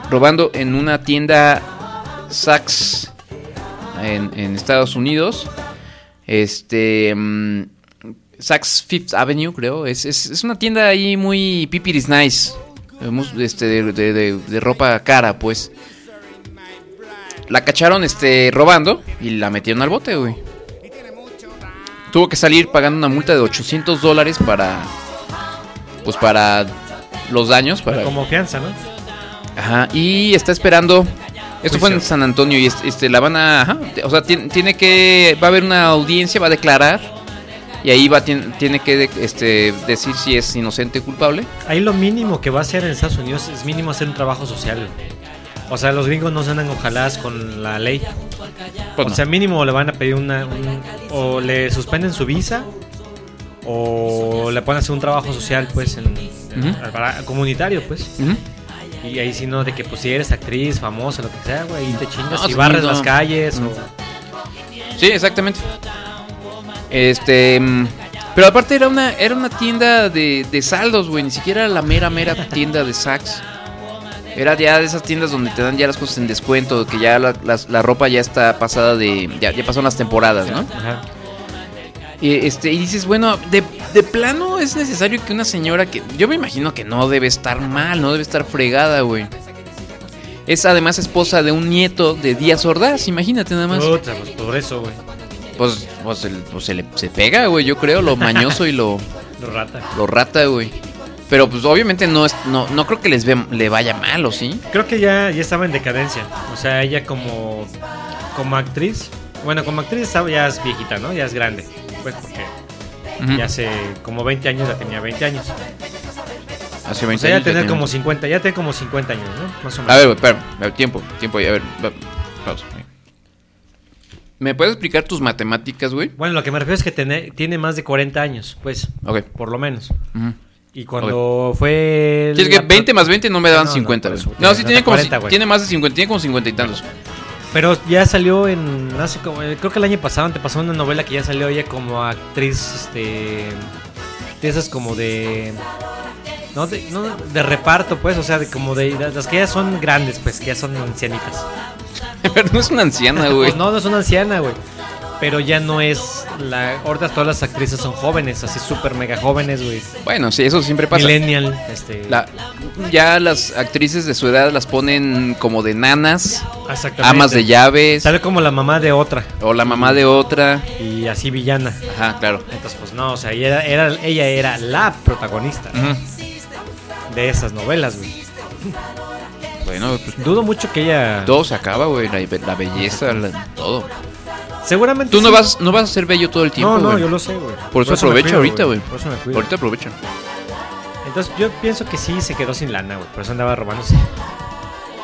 robando en una tienda Saks en, en Estados Unidos. Este, mm, Saks Fifth Avenue, creo. Es, es- es una tienda ahí muy pipiris nice. Eh, mus- Este, de, de- de- de ropa cara, pues. La cacharon este, robando y la metieron al bote, güey. Tuvo que salir pagando una multa de 800 dólares para. Pues para los daños. Para,
Como fianza, ¿no?
Ajá, y está esperando. Esto fue en
Juicio.
San Antonio y es- este, la van a. ajá, o sea, tiene, tiene que. Va a haber una audiencia, va a declarar. Y ahí va, tiene, tiene que de- este, decir si es inocente o culpable.
Ahí lo mínimo que va a hacer en Estados Unidos es mínimo hacer un trabajo social. O sea, los gringos no se andan ojaladas con la ley.
Pues
o
no.
sea, mínimo le van a pedir una. un- o le suspenden su visa. O le pueden hacer un trabajo social, pues, en, en-
Ujú.
para- comunitario, pues.
Ujú.
Y ahí sí no, de que, pues, si eres actriz, famosa, lo que sea, güey, ahí te chingas
No, pues,
y barres
seguro.
las calles.
Mm.
O,
Sí, exactamente. Este. mm, Pero aparte era una, era una tienda de, de saldos, güey. Ni siquiera la mera, mera tienda de Saks. Era ya de esas tiendas donde te dan ya las cosas en descuento. Que ya la, las- la ropa ya está pasada de. Ya, ya pasaron las temporadas, ¿no?
Ajá.
Y, este, y dices, bueno, de, de plano es necesario que una señora que. Yo me imagino que no debe estar mal, no debe estar fregada, güey. Es además esposa de un nieto de Díaz Ordaz, imagínate nada más.
Puta, pues, por eso, güey.
Pues, pues, el- pues se le se pega, güey, yo creo, lo mañoso y lo,
Lo rata.
lo rata, güey. Pero pues obviamente no es, no, no creo que les ve- le vaya mal, ¿o sí?
Creo que ya, ya estaba en decadencia. O sea, ella como, como actriz. Bueno, como actriz estaba- ya es viejita, ¿no? Ya es grande. Pues porque
Ujú.
Y hace como 20 años ya tenía 20 años.
Hace
O
20
sea, ya
años
tener
tenía-
como 50, ya tenía como 50 años, ¿no? Más o menos.
A ver, espera, a ver, tiempo, tiempo, ahí, a ver, va- pausa. ahí. ¿Me puedes explicar tus matemáticas, güey?
Bueno, lo que me refiero es que tiene, tiene más de 40 años, pues,
Ok.
por lo menos.
ujú.
Y cuando fue...
Sí, es que
la-
20 más 20 no me daban
No, no,
50,
por
güey.
eso,
No,
tiene-
sí
no,
tiene como
40,
si-
güey.
tiene más de 50, tiene como 50 y tantos.
Pero ya salió en... Hace como, eh, creo que el año pasado, antepasado, una novela que ya salió ella como actriz, este... De esas como de... No de, no de reparto, pues, o sea, de como de... Las que ya son grandes, pues, que ya son ancianitas.
Pero no es una anciana, Ah, güey.
Pues no, no es una anciana, güey. Pero ya no es la. Ahorita todas las actrices son jóvenes, así súper mega jóvenes, güey.
Bueno, sí, eso siempre pasa.
Millennial, este.
La- ya las actrices de su edad las ponen como de nanas,
exactamente.
amas de llaves,
Sale como la mamá de otra
o la mamá de otra.
y así villana.
Ajá, claro.
Entonces, pues no, o sea, ella era, ella era la protagonista
Ujú.
de esas novelas, güey.
Bueno, pues
Dudo mucho que ella.
todo se acaba, güey. La, la belleza, la- todo.
Seguramente.
Tú no
sí.
vas, no vas a ser bello todo el tiempo,
No, no,
güey.
yo lo sé, güey.
Por eso
me
aprovecha
cuido,
ahorita, güey.
Por eso me cuido.
Ahorita aprovecha.
Entonces, yo pienso que sí se quedó sin lana, güey. Por eso andaba robándose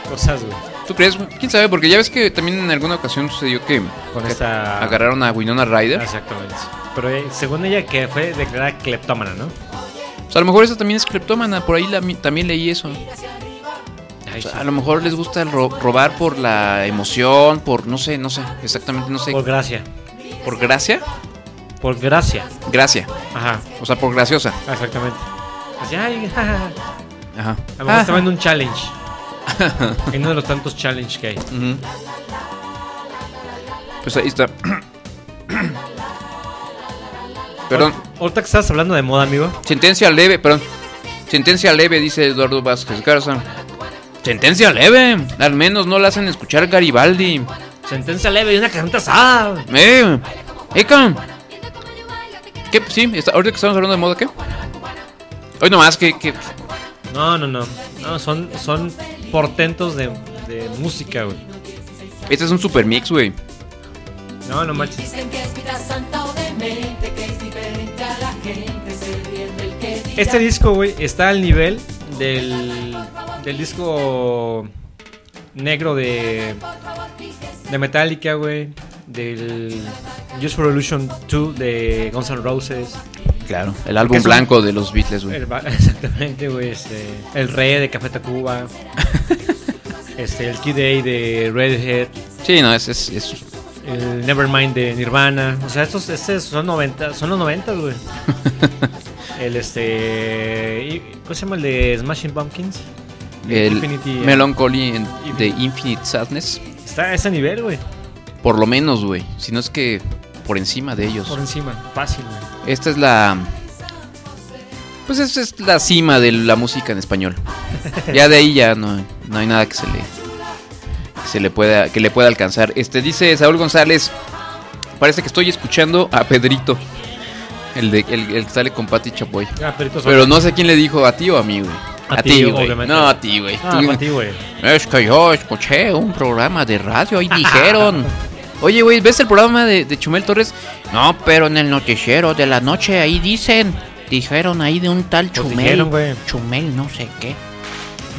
cosas, güey.
¿Tú crees? güey? ¿Quién sabe? Porque ya ves que también en alguna ocasión sucedió que
Con
que
esta-
agarraron a Winona Ryder.
Ah, Exactamente. Pero eh, según ella que fue declarada cleptómana, ¿no?
O sea, a lo mejor esa también es cleptómana, por ahí la mi- también leí eso. O
Ay,
sea, a lo mejor les gusta el ro- robar por la emoción, por no sé, no sé, exactamente no sé.
Por
¿Por,
gracia.
gracia?
Por gracia.
Gracia.
Ajá,
O sea, por graciosa.
exactamente. Así, ay, jajaja.
Ajá. Ah,
A lo mejor estaba en un challenge. en uno de los tantos challenge que hay.
Ujú. Pues ahí está. perdón,
Ahor- Ahorita que estabas hablando de moda, amigo.
sentencia leve, perdón. Sentencia leve, dice Eduardo Vázquez Garza. Sentencia leve. Al menos no la hacen escuchar Garibaldi.
Sentencia leve y una carnita asada.
¡Eh! ¡Eca! ¿Qué? Sí, está- ahorita que estamos hablando de moda, ¿qué? Hoy nomás, que, que
No, no, no. No, son, son portentos de, de música, güey.
este es un super mix, güey.
No, no manches. Este disco, güey, está al nivel del, del disco negro de, de Metallica, güey. Del Just for Illusion 2 de Guns N' Roses.
Claro. El álbum
es un-
blanco de los Beatles, güey.
El ba- exactamente, güey. Este, el Rey de Café Tacuba. este, el Kid Day de Redhead.
Sí, no, es, es, es-
El Nevermind de Nirvana. O sea, estos, estos son 90, son los 90, güey. el este. y- ¿Cómo se llama el de Smashing Pumpkins?
el
Infinity, eh.
Melancholy en- de Infinite Sadness.
Está a ese nivel, güey.
Por lo menos, güey. Si no es que por encima de ellos.
Por encima. Fácil, güey.
Esta es la... Pues esa es la cima de la música en español. Ya de ahí ya no, no hay nada que se le que se le pueda que le pueda alcanzar. Este dice Saúl González, parece que estoy escuchando a Pedrito, el de el, el que sale con Pati Chapoy.
Ah, peritos
Pero no sé quién le dijo a ti o a mí, güey.
A
A,
ti,
ti, güey.
obviamente.
No, a ti, güey.
Ah,
Tú-
para ti, güey.
es que yo escuché un programa de radio y dijeron. Oye, güey, ¿ves el programa de, de Chumel Torres? No, pero en el noticiero de la noche ahí dicen. Dijeron ahí de un tal
Pues
Chumel.
dijeron, güey. Ah.
Chumel, no sé qué.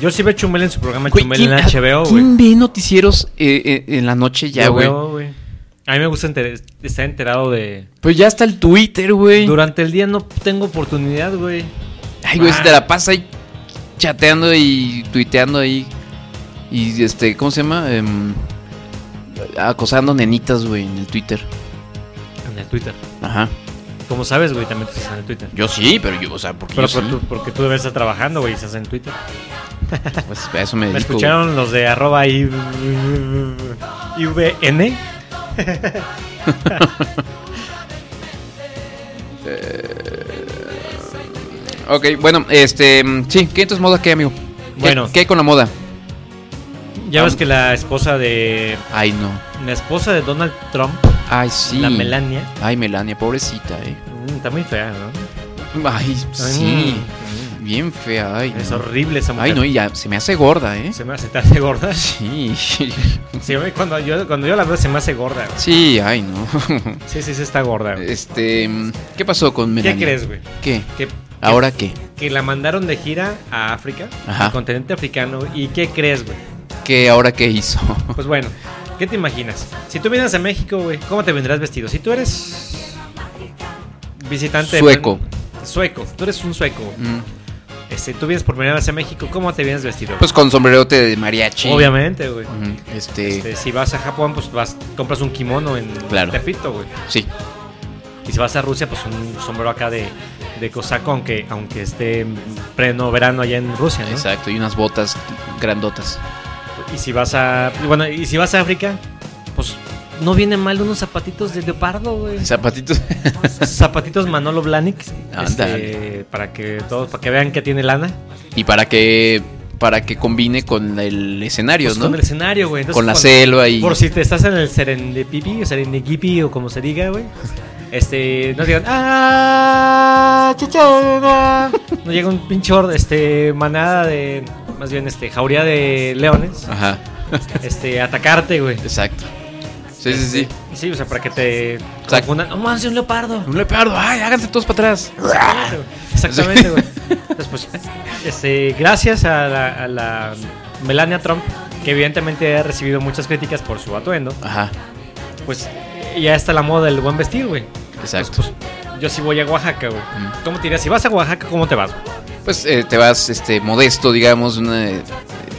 Yo sí veo Chumel en su programa
Güey,
Chumel en
¿quién-
HBO, güey.
¿Quién ve noticieros eh, eh, en la noche ya,
Lo
güey?
veo, güey. A mí me gusta enter- estar enterado de.
Pues ya está el Twitter, güey.
Durante el día no tengo oportunidad, güey.
Ay, güey,
Ah.
se te la pasa ahí chateando y tuiteando ahí. Y este, ¿cómo se llama? Em, acosando nenitas, güey, en el Twitter.
En el Twitter.
Ajá.
Como sabes, güey, también tú estás en el Twitter.
Yo sí, pero yo, o sea, porque
Pero
yo
por
sí.
tú- porque tú debes estar trabajando, güey, y estás en Twitter.
Pues a eso me
Me
dedico.
escucharon los de arroba I- IVN.
güey. Ok, bueno, este. mm, Sí, ¿qué entonces moda qué, amigo? ¿Qué-
Bueno.
¿Qué hay con la moda?
Ya ves que la esposa de.
Ay, no.
La esposa de Donald Trump,
Ay, sí.
la Melania,
Ay, Melania, pobrecita, eh.
mm, está muy fea, ¿no?
Ay, sí.
Mm, mm.
bien fea. Ay,
Es
no.
horrible esa mujer.
Ay, no, y ya se me hace gorda, ¿eh?
Se me hace, ¿te hace gorda?
Sí.
Sí, güey, cuando yo, cuando yo la veo se me hace gorda. güey.
Sí, ay, no.
Sí, sí, sí está gorda. güey.
Este, ¿qué pasó con
¿Qué
Melania?
crees, güey?
¿Qué?
Que,
¿Ahora qué?
que la mandaron de gira a África,
Ajá.
al continente africano. güey. ¿Y qué crees, güey?
¿Qué ahora qué hizo?
Pues bueno, ¿qué te imaginas? Si tú vienes a México, güey, ¿cómo te vendrás vestido? Si tú eres visitante...
Sueco.
Sueco, tú eres un sueco. güey.
Mm.
Este, tú vienes por primera vez a México, ¿cómo te vienes vestido?
Pues con sombrerote de mariachi.
Obviamente, güey.
Ujú, Este,
Este, si vas a Japón, pues vas, compras un kimono en
Claro.
Tepito, güey.
sí.
Y si vas a Rusia, pues un sombrero acá de, de cosaco, aunque, aunque esté en pleno verano allá en Rusia, ¿no?
Exacto, y unas botas grandotas.
Y si vas a. y Bueno, y si vas a África, pues no vienen mal unos zapatitos de leopardo, güey.
Zapatitos.
Zapatitos Manolo Blahnik.
Ándale.
este, para que todos, para que vean que tiene lana.
y para que para que combine con el escenario,
Pues
¿no?
Con el escenario, güey. Entonces,
Con la
cuando-
selva y
Por si te estás en el Serendipipi o Serendigipi o como se diga, güey. Este, no digan, ¡ah! ¡Chichona! No llega un pinchor, este, manada de. Más bien, este, jauría de leones.
Ajá.
Este, a atacarte, güey.
Exacto. Sí, sí, sí.
Sí, o sea, para que te
Exacto.
confundan. Este, ¡No mames, un leopardo!
Un leopardo, ay, háganse todos para atrás.
Exactamente, güey. Entonces, pues, este, gracias a la, a la Melania Trump, que evidentemente ha recibido muchas críticas por su atuendo,
Ajá.
pues ya está la moda del buen vestir, güey.
Exacto.
Pues, pues, yo sí voy a Oaxaca, güey.
Mm.
¿Cómo te dirías? Si vas a Oaxaca, ¿cómo te vas? güey?
Pues eh, te vas este modesto, digamos, una, eh,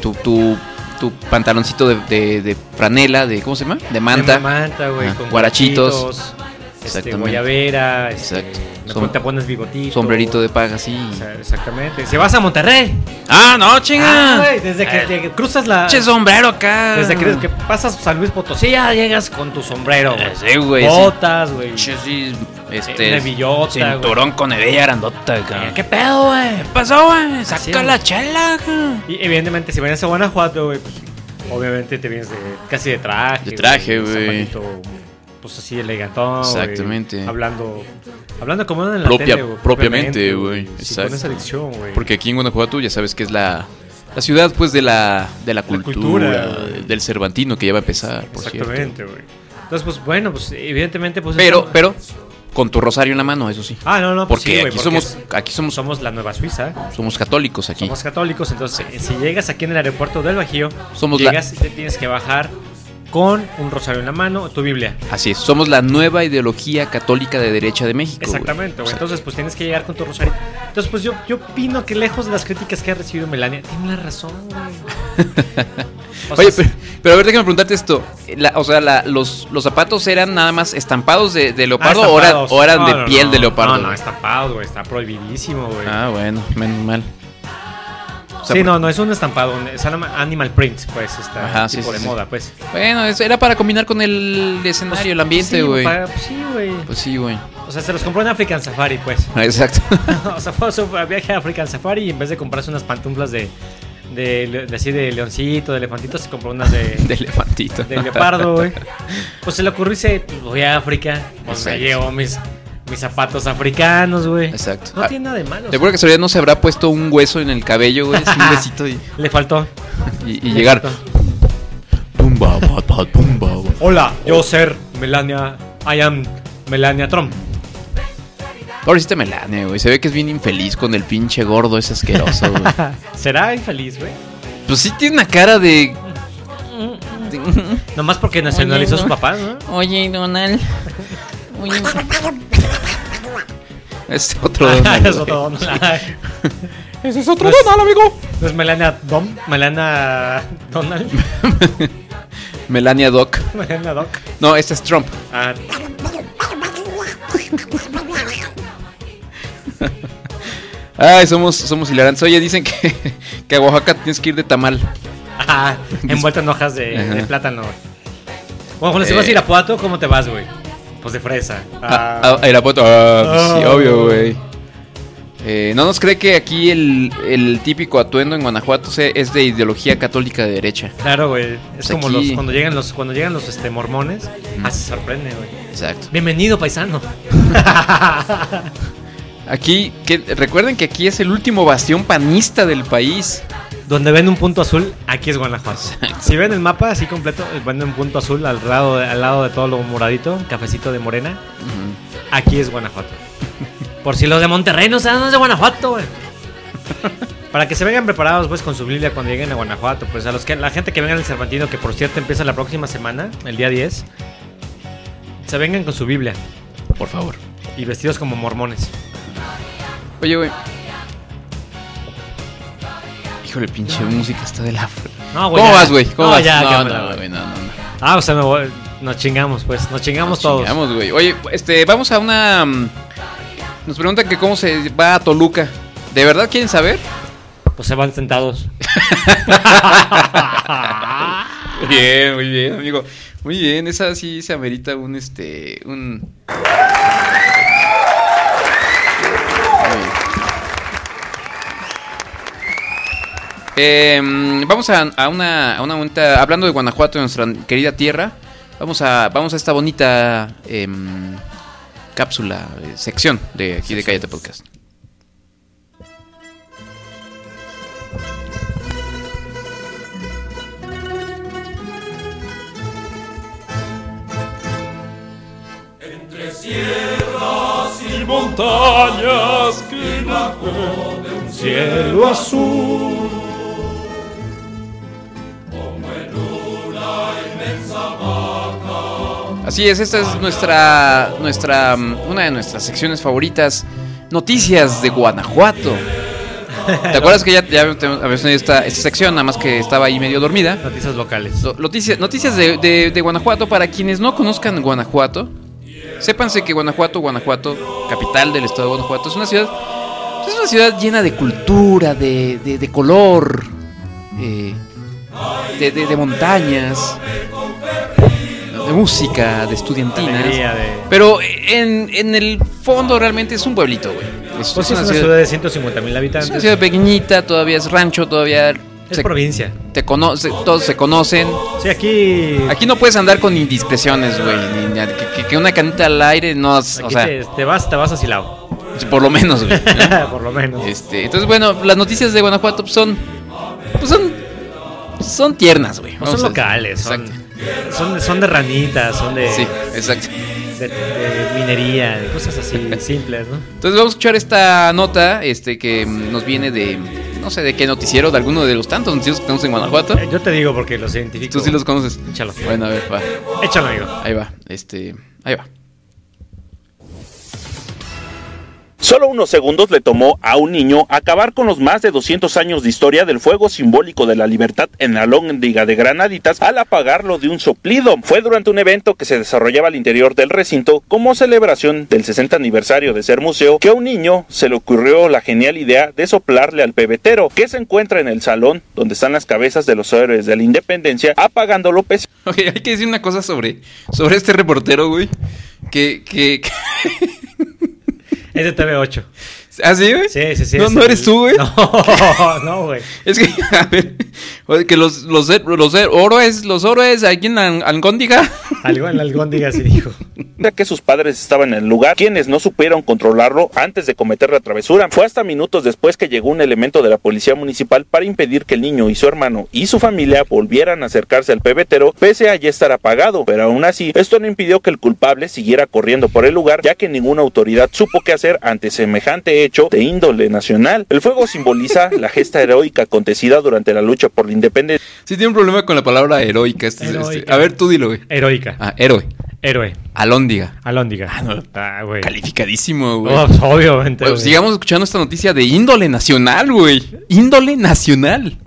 tu, tu, tu pantaloncito de, de, de franela, de ¿cómo se llama? De manta.
De manta, güey.
Ah,
con
guarachitos.
guarachitos, Este,
Exactamente.
guayabera. este,
Exacto.
me
Som-
pon- te pones bigotito.
sombrerito de paja, sí.
O sea, exactamente. Si vas a Monterrey.
Ah, no,
Ah,
chinga.
güey, desde que te cruzas la.
Che sombrero acá.
Desde que, que pasas San Luis Potosí, ya llegas con tu sombrero, güey.
Sí, güey. sí.
Botas, güey.
Che, sí,
Eh, Una
este
billota,
cinturón con hebilla grandota, cabrón.
Eh, ¿Qué pedo, güey?
pasó, güey?
Saca la
chela,
Y evidentemente, si vienes a Guanajuato, güey, pues, obviamente te vienes de, casi de traje.
De traje, güey.
zapatito, Pues así elegantón. güey,
Exactamente.
hablando. Hablando como en la
Propia-
tele, güey,
propiamente, güey,
Sí,
exacto.
Con esa adicción, güey.
Porque aquí en Guanajuato ya sabes que es la, la ciudad, pues, de la, de la cultura,
cultura, güey.
del Cervantino, que ya va a empezar, por cierto.
Exactamente, güey. Entonces, pues bueno, pues evidentemente, pues.
Pero,
estamos-
pero, con tu rosario en la mano, eso sí.
Ah, no, no, pues,
porque
sí, güey,
aquí, somos,
es-
aquí somos,
Somos la nueva Suiza.
somos católicos aquí.
Somos católicos, entonces eh, si llegas aquí en el aeropuerto del Bajío,
Somos la-
llegas y te tienes que bajar con un rosario en la mano o tu Biblia.
Así es, somos la nueva ideología católica de derecha de México. güey.
Exactamente,
O
güey.
sea,
Entonces, pues tienes que llegar con tu rosario. Entonces, pues yo, yo opino que lejos de las críticas que ha recibido Melania, tiene la razón, güey. O sea,
Oye, pero, pero a ver, déjame preguntarte esto. La- o sea, la- los, los zapatos eran nada más estampados de, de
ah,
leopardo o eran,
estampados.
o eran
No,
de
no,
piel
no.
de leopardo.
No, no,
güey?
estampado, güey. Está prohibidísimo, güey.
Ah, bueno, menos mal. O sea,
sí,
por-
no, no, es un estampado. un- Es anima- animal print, pues. Está
Ajá, sí,
tipo
sí,
de
sí.
moda, pues.
Bueno, eso era para combinar con el escenario, el ambiente,
Sí,
güey.
para- pues, sí, güey.
Pues sí, güey.
O sea, se los compró en African Safari, pues.
Ah, Exacto.
o sea, fue a su viaje a African Safari y en vez de comprarse unas pantuflas de, de, le- de así de leoncito, de elefantito, se compró unas de,
De elefantito.
de leopardo, güey. Pues se le ocurrió y dice, pues voy a África, pues me
Exacto.
llevo mis, mis zapatos africanos, güey.
Exacto.
No
Ah,
tiene nada de malo. o
Seguro que Soria no se habrá puesto un hueso en el cabello, güey. así un besito y,
sea, Le faltó.
y- y llegar.
Exacto.
Pumba, bat, bat, pumba, bat.
Hola, yo ser Melania, I am Melania Trump.
Ahora sí te melane, güey. Se ve que es bien infeliz con el pinche gordo ese asqueroso, güey.
¿Será infeliz, güey?
Pues sí tiene una cara de.
Nomás porque nacionalizó a sus papás, ¿no?
Oye, Donald. Oye,
Es otro Donald,
Ah, es
güey.
otro Donald.
Ese es otro
No es-
Donald, amigo.
¿No es Pues, Melania Dom? ¿Melania Donald?
Melania Doc.
¿Melania Doc?
No, este es Trump.
Ah,
Ay, somos, somos hilarantes. Oye, dicen que, que a Oaxaca tienes que ir de tamal.
ah, envuelto en hojas de,
Ajá.
de plátano. güey. Bueno, Juan, si
Eh.
vas a Irapuato, ¿cómo te vas, güey? Pues de fresa. Ah,
Ah, ah, Irapuato. Ah, sí,
Ah.
obvio, güey. Eh, ¿No nos cree que aquí el, el típico atuendo en Guanajuato se- es de ideología católica de derecha?
Claro, güey. Es
Pues
como
aquí-
los cuando llegan los cuando llegan los este mormones, ah, se sorprende, güey.
Exacto.
Bienvenido, paisano.
Aquí, que, recuerden que aquí es el último bastión panista del país.
Donde ven un punto azul, aquí es Guanajuato. Si ven el mapa así completo, ven un punto azul al lado, al lado de todo lo moradito, cafecito de morena, aquí es Guanajuato. Por si los de Monterrey no saben dónde es Guanajuato, güey. Para que se vengan preparados, pues, con su Biblia cuando lleguen a Guanajuato. Pues a los que, la gente que venga del Cervantino, que por cierto empieza la próxima semana, el día 10, se vengan con su Biblia
Por favor.
y vestidos como mormones.
Oye, güey. Híjole, pinche música está de la... fre-
No,
¿Cómo
ya.
vas, güey? ¿Cómo
No,
vas?
ya,
no,
cámara,
no,
güey.
güey, no, no, no.
Ah, o sea, me voy- nos chingamos, pues. Nos chingamos todos.
Chingamos, güey. Oye, este, vamos a una... mm, Nos preguntan que cómo se va a Toluca. ¿De verdad quieren saber?
Pues se van sentados.
Muy Bien, muy bien, amigo. Muy bien, esa sí se amerita un este. un. Muy bien. Em, vamos a, a una, a una bonita- Hablando de Guanajuato, nuestra querida tierra. Vamos a, vamos a esta bonita em, cápsula, eh, sección de aquí de Cállate Podcast. Así es, esta es nuestra, nuestra, mm, una de nuestras secciones favoritas, noticias de Guanajuato. ¿Te acuerdas que ya, ya habíamos habíamos tenido esta, esta sección, nada más que estaba ahí medio dormida?
Noticias locales.
Lo- Noticias, noticias de, de- de Guanajuato, para quienes no conozcan Guanajuato, sépanse que Guanajuato, Guanajuato, capital del estado de Guanajuato, es una ciudad, pues, es una ciudad llena de cultura, de, de- de color, eh, de, de- de montañas, de música, de estudiantinas.
Alegría de...
Pero en, en el fondo realmente es un pueblito, güey. Es,
Pues
es una ciudad,
ciudad de 150 mil
es
habitantes.
una ciudad pequeñita, todavía es rancho, todavía
Es
se-
provincia.
te conoce, todos se conocen.
Sí, aquí.
Aquí no puedes andar con indiscreciones, güey. ni- ni- Que, que- que una canita al aire no. es- O
aquí
sea, pues,
te, te vas, te vas a Silao.
por lo menos, güey. ¿no?
Por lo menos.
Este, entonces, bueno, las noticias de Guanajuato pues, son. Pues son. Son tiernas, güey.
No
Vamos
Pues son
a-
locales, son,
Exacto.
son, son de ranitas, son de,
Sí, exacto.
de- de minería, de cosas así simples, ¿no?
Entonces, vamos a escuchar esta nota este, que mm, nos viene de. No sé de qué noticiero, de alguno de los tantos noticieros que tenemos en Guanajuato.
Eh, Yo te digo porque los identifico.
Tú sí los conoces.
Échalo.
Bueno, a ver, va.
Échalo, amigo.
Ahí va. Este. Ahí va.
Solo unos segundos le tomó a un niño acabar con los más de 200 años de historia del fuego simbólico de la libertad en la Lóndiga de Granaditas al apagarlo de un soplido. Fue durante un evento que se desarrollaba al interior del recinto como celebración del 60 aniversario de ser museo que a un niño se le ocurrió la genial idea de soplarle al pebetero que se encuentra en el salón donde están las cabezas de los héroes de la independencia apagándolo pese
Ok, hay que decir una cosa sobre, sobre este reportero, güey. Que, que, que-
Es de TV8.
¿Ah, sí, güey?
Sí, sí, sí.
No,
es
no
el-
eres tú, güey.
No, no, güey.
Es que, a ver, oye, que los, los, er- los er- oroes, los oroes aquí en Ang- Angóndiga.
Algo en algún día sí dijo.
ya que sus padres estaban en el lugar, quienes no supieron controlarlo antes de cometer la travesura. Fue hasta minutos después que llegó un elemento de la policía municipal para impedir que el niño y su hermano y su familia volvieran a acercarse al pebetero, pese a ya estar apagado, pero aún así, esto no impidió que el culpable siguiera corriendo por el lugar, ya que ninguna autoridad supo qué hacer ante semejante hecho de índole nacional. El fuego simboliza la gesta heroica acontecida durante la lucha por la independencia.
Sí tiene un problema con la palabra heroica. este- este-
Heroica.
a ver, tú dilo, güey.
Heroica.
Ah, héroe.
Héroe.
Alóndiga.
Alóndiga.
Ah, no.
Ah, güey.
Calificadísimo, güey.
Oh, pues, obviamente.
Bueno,
güey.
sigamos escuchando esta noticia de índole nacional, güey. Índole nacional.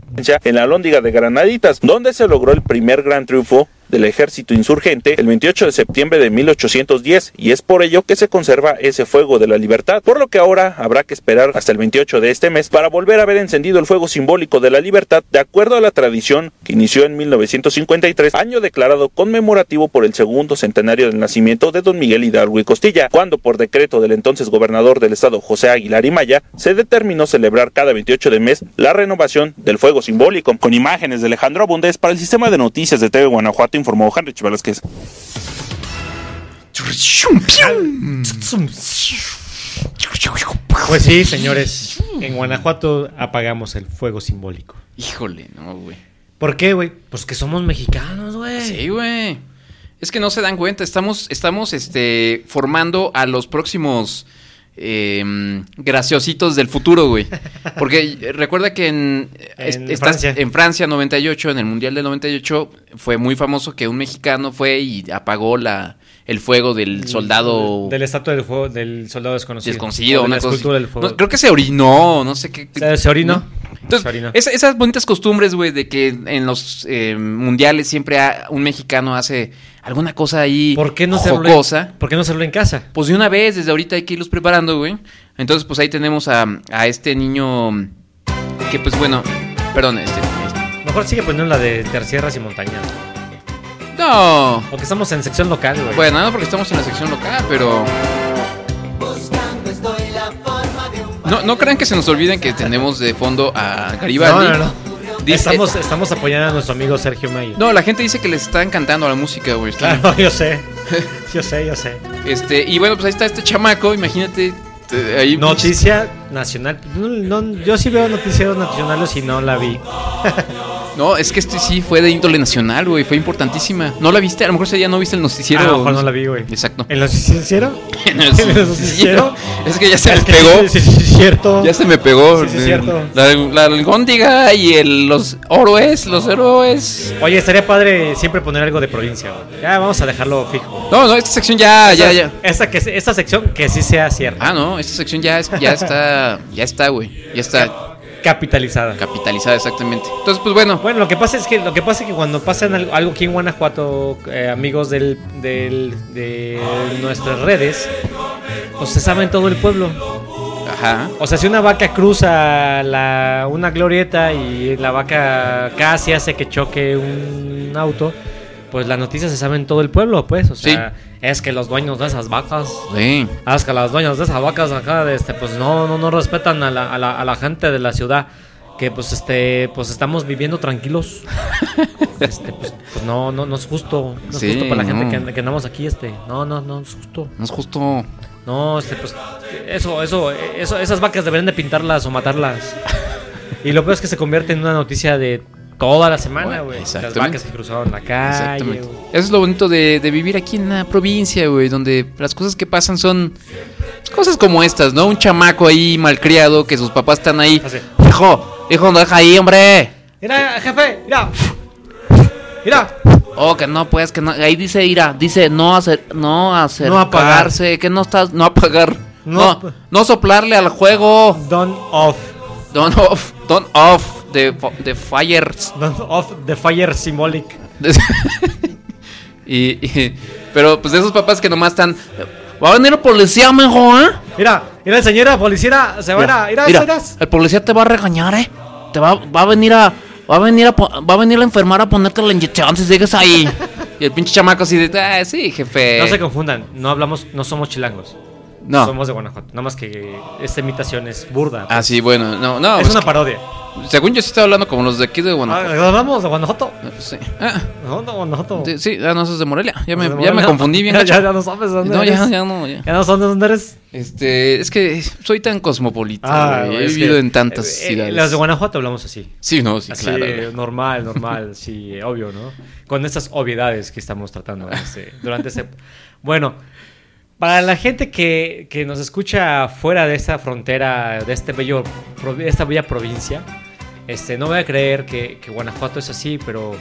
en la Lóndiga de Granaditas, donde se logró el primer gran triunfo del ejército insurgente el 28 de septiembre de 1810 y es por ello que se conserva ese fuego de la libertad, por lo que ahora habrá que esperar hasta el 28 de este mes para volver a ver encendido el fuego simbólico de la libertad de acuerdo a la tradición que inició en 1953, año declarado conmemorativo por el segundo centenario del nacimiento de don Miguel Hidalgo y Costilla, cuando por decreto del entonces gobernador del estado José Aguilar y Maya se determinó celebrar cada 28 de mes la renovación del fuego simbólico. Con imágenes de Alejandro Abundés para el sistema de noticias de TV Guanajuato informó Henrich Velázquez.
Churrichum, pium.
Pues sí, señores. En Guanajuato apagamos el fuego simbólico.
Híjole, no, güey.
¿Por qué, güey? Pues que somos mexicanos, güey.
Sí, güey. Es que no se dan cuenta, estamos, estamos este, formando a los próximos em, graciositos del futuro, güey. Porque eh, recuerda que en, es-
En
estás-
Francia.
en Francia 98, en el Mundial del 98, fue muy famoso que un mexicano fue y apagó la, el fuego del soldado
De la estatua del, fuego, del soldado desconocido.
desconocido,
O de
una
la
cosa así.
escultura del fuego.
No, creo que se orinó, no sé qué.
Se- se orinó.
Entonces,
Se orinó.
esa- esas bonitas costumbres, güey, de que en los eh, mundiales siempre ha- un mexicano hace alguna cosa ahí
¿Por qué no hacerlo en-
jocosa.
¿Por qué no hacerlo en casa?
Pues de una vez, desde ahorita hay que irlos preparando, güey. Entonces, pues ahí tenemos a, a este niño que, pues bueno, perdón, este... este-
Mejor sigue poniendo la de tercierras y montañas.
No,
Porque estamos en sección local, güey.
bueno, no porque estamos en la sección local, pero... No, no crean que se nos olviden que tenemos de fondo a Garibaldi.
No, no, no.
Dice-
estamos, estamos apoyando a nuestro amigo Sergio Mayo.
No, la gente dice que les está encantando la música, güey. Está-
Claro, yo sé. Yo sé, yo sé.
Este, y bueno, pues ahí está este chamaco, imagínate. te- ahí pues,
Noticia nacional. No, no, yo sí veo noticieros nacionales y no la vi. Ah,
No, es que este sí fue de índole nacional, güey. Fue importantísima. ¿No la viste? A lo mejor ese día no viste el noticiero.
Ah, a lo mejor no la vi, güey.
Exacto.
¿En los noticiero?
En el noticiero.
noticiero?
Es que ya se
Es
me
que
pegó.
Sí, sí, sí, es cierto.
Ya se me pegó. eh,
Sí, sí, es cierto.
La, la albóndiga y el- los oroes,
Ah.
los héroes.
Oye, estaría padre siempre poner algo de provincia. güey. Ya vamos a dejarlo fijo.
No, no, esta sección ya, ya, ya.
Esta, que, esta sección que sí sea cierta.
Ah, no, esta sección ya, es- ya está, ya está, güey. Ya está
Capitalizada.
capitalizada exactamente. Entonces, pues bueno.
Bueno, lo que pasa es que lo que pasa es que cuando pasan al- algo aquí en Guanajuato, eh, amigos del, del- de nuestras redes, pues se sabe en todo el pueblo.
Ajá.
O sea, si una vaca cruza la, una glorieta y la vaca casi hace que choque un auto, pues la noticia se sabe en todo el pueblo, pues. O sea, es que los dueños de esas vacas,
Sí.
Ah, es que los dueños de esas vacas acá, de este, pues no, no, no respetan a la, a la- a la gente de la ciudad. Que pues este, pues estamos viviendo tranquilos. Este, pues, pues, no, no, no es justo. No es
Sí,
justo para la gente
no.
que, que andamos aquí, este. No, no, no es justo.
No es justo.
No, este, pues, eso, eso, eso, esas vacas deberían de pintarlas o matarlas. Y lo peor es que se convierte en una noticia de toda la semana,
Bueno,
güey. Las
exactamente.
vacas que cruzaron la calle.
Exactamente.
güey.
Eso es lo bonito de, de vivir aquí en la provincia, güey, donde las cosas que pasan son pues, cosas como estas, ¿no? Un chamaco ahí malcriado que sus papás están ahí.
Así.
Hijo, hijo, no deja ahí, hombre.
Mira, jefe, mira. Mira.
Oh, que no, pues, que no. Ahí dice Ira, dice no hacer, no hacer.
No apagar.
que no estás, no apagar.
No
No,
ap-
no, soplarle al juego.
Don off.
Don't off, don't off the, fo- the fires.
Don off the fire symbolic.
y, y- pero pues de esos papás que nomás están...
Va a venir el policía, mejor, ¿eh?
Mira, mira, señora policía, se van a. Mira,
Mira,
señoras.
el policía te va a regañar, ¿eh? Te va, va a venir a, va a venir a, po- va a venir la enfermera a ponerte la inyección si sigues ahí.
Y el pinche chamaco así de... Ah, sí, jefe.
No se confundan, no hablamos, no somos chilangos.
No.
Somos de Guanajuato. Nada más que esta imitación es burda.
Ah, sí, bueno. No, no.
es
pues,
una parodia.
Según yo sí estaba hablando como los de aquí de Guanajuato.
Ah, Oh. Hablamos de Guanajuato.
Sí. Ah,
No, no, no.
de- sí, ah, no, eso es de Morelia. Ya me,
Pues,
ya
bueno,
me confundí bien.
Ya,
gacho.
ya, ya no sabes dónde
no,
eres.
ya, ya no, ya.
Ya no sabes dónde eres.
Este, es que soy tan cosmopolita. güey.
güey,
He
Ah, es
vivido
que-
en tantas
eh, eh,
ciudades.
Las de Guanajuato hablamos así.
Sí, no, sí,
así,
claro.
eh,
güey.
normal, normal, sí, eh, obvio, ¿no? Con estas obviedades que estamos tratando este, durante este... Bueno, para la gente que, que nos escucha fuera de esta frontera, de este bello, pro- esta bella provincia, este, no voy a creer que, que Guanajuato es así, pero...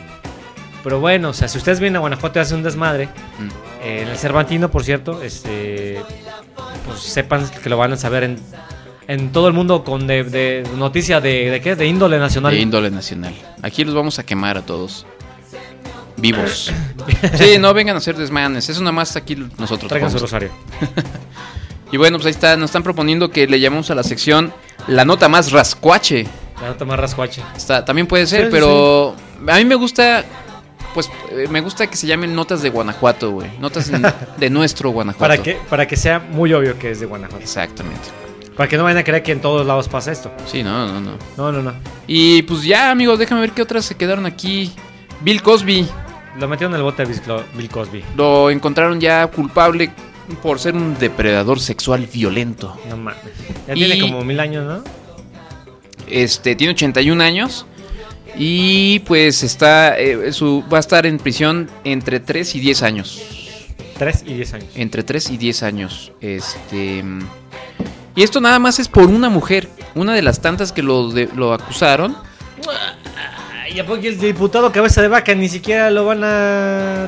Pero bueno, o sea, si ustedes vienen a Guanajuato y hacen un desmadre,
Mm.
eh, en el Cervantino, por cierto, este, pues sepan que lo van a saber en, en todo el mundo con de, de noticia de, de qué, de índole nacional.
De índole nacional. Aquí los vamos a quemar a todos. Vivos. Sí, no vengan a hacer desmanes. Eso nada más aquí nosotros.
Traigan su
vamos.
rosario.
Y bueno, pues ahí está. Nos están proponiendo que le llamemos a la sección La nota más rascuache.
La nota más rascuache.
Está- también puede ser,
Sí, sí,
pero a mí me gusta, pues eh, me gusta que se llamen notas de Guanajuato, güey. Notas en- de nuestro Guanajuato.
Para que, para que sea muy obvio que es de Guanajuato.
Exactamente.
Para que no vayan a creer que en todos lados pasa esto.
Sí, no, no, no.
No, no, no.
Y pues ya, amigos, déjame ver qué otras se quedaron aquí. Bill Cosby
Lo metieron en el bote a Bill Clo- Bill Cosby.
lo encontraron ya culpable por ser un depredador sexual violento.
No mames. Ya
Y-
tiene como mil años, ¿no?
Este, tiene 81 años y pues está eh, su, va a estar en prisión entre 3 y 10 años.
Tres y diez años.
Entre 3 y 10 años. Este. Y esto nada más es por una mujer. Una de las tantas que lo, de- lo acusaron.
Ay, ¿a poco el diputado cabeza de vaca ni siquiera lo van a.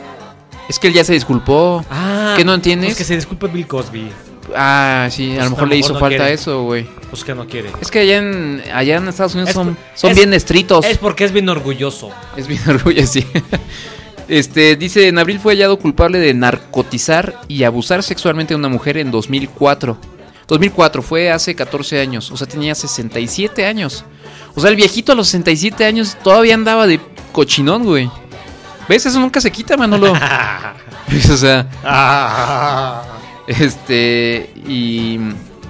Es que él ya se disculpó.
Ah,
¿Qué no entiendes?
Pues que se disculpe Bill Cosby.
Ah, sí, a
Pues,
lo mejor
a lo
le
mejor
hizo
no
falta
quiere.
eso, güey.
Pues que no quiere.
Es que allá en, allá en Estados Unidos
Es
son,
por-
son
es-
bien estritos.
Es porque es bien orgulloso.
Es bien orgullo, sí. Este, dice, en abril fue hallado culpable de narcotizar y abusar sexualmente de una mujer en 2004. 2004 fue hace 14 años, o sea, tenía 67 años. O sea, el viejito a los 67 años todavía andaba de cochinón, güey. ¿Ves? Eso nunca se quita, Manolo.
Ah.
o sea, Ah, este, y...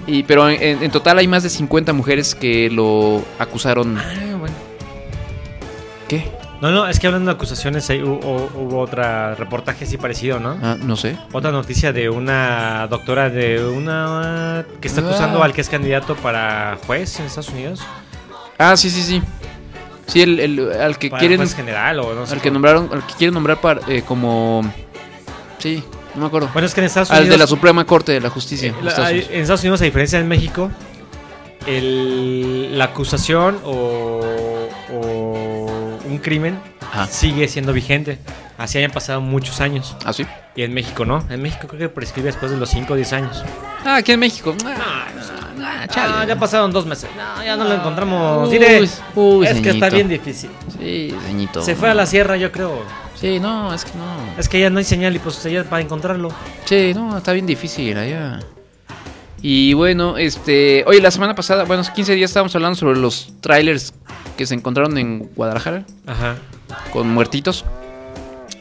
y- pero en, en total hay más de 50 mujeres que lo acusaron. ¿Qué?
No, no, es que hablando de acusaciones, ahí hu- hu- hubo, otra reportaje así parecido, ¿no?
Ah, no sé.
Otra noticia de una doctora de una. que está acusando
Ah.
al que es candidato para juez en Estados Unidos.
Ah, sí, sí, sí. Sí, el, el- al que
Para
quieren
juez general o no sé.
al que
cómo.
nombraron, al que quieren nombrar para, eh, como sí, no me acuerdo.
Bueno, es que en Estados Unidos.
al de la Suprema Corte de la Justicia.
Eh,
de
la-
Estados Unidos.
en Estados Unidos, a diferencia de México, el- la acusación o, o un crimen
Ajá.
sigue siendo vigente. Así hayan pasado muchos años.
Ah, sí.
Y en México no. En México creo que prescribe después de los 5 o 10 años.
Ah, aquí en México. Ah, ah, chale.
Ah, ya pasaron dos meses. No, ya no lo encontramos.
Ah. Uy,
Diré,
uy,
es que está
señorito.
bien difícil.
Sí, señito.
Se fue a la sierra, yo creo.
Sí, no, es que no.
Es que ya no hay señal y pues allá para encontrarlo.
Sí, no, está bien difícil allá. Y bueno, este, oye, la semana pasada, bueno, hace 15 días estábamos hablando sobre los trailers que se encontraron en Guadalajara.
Ajá.
con muertitos.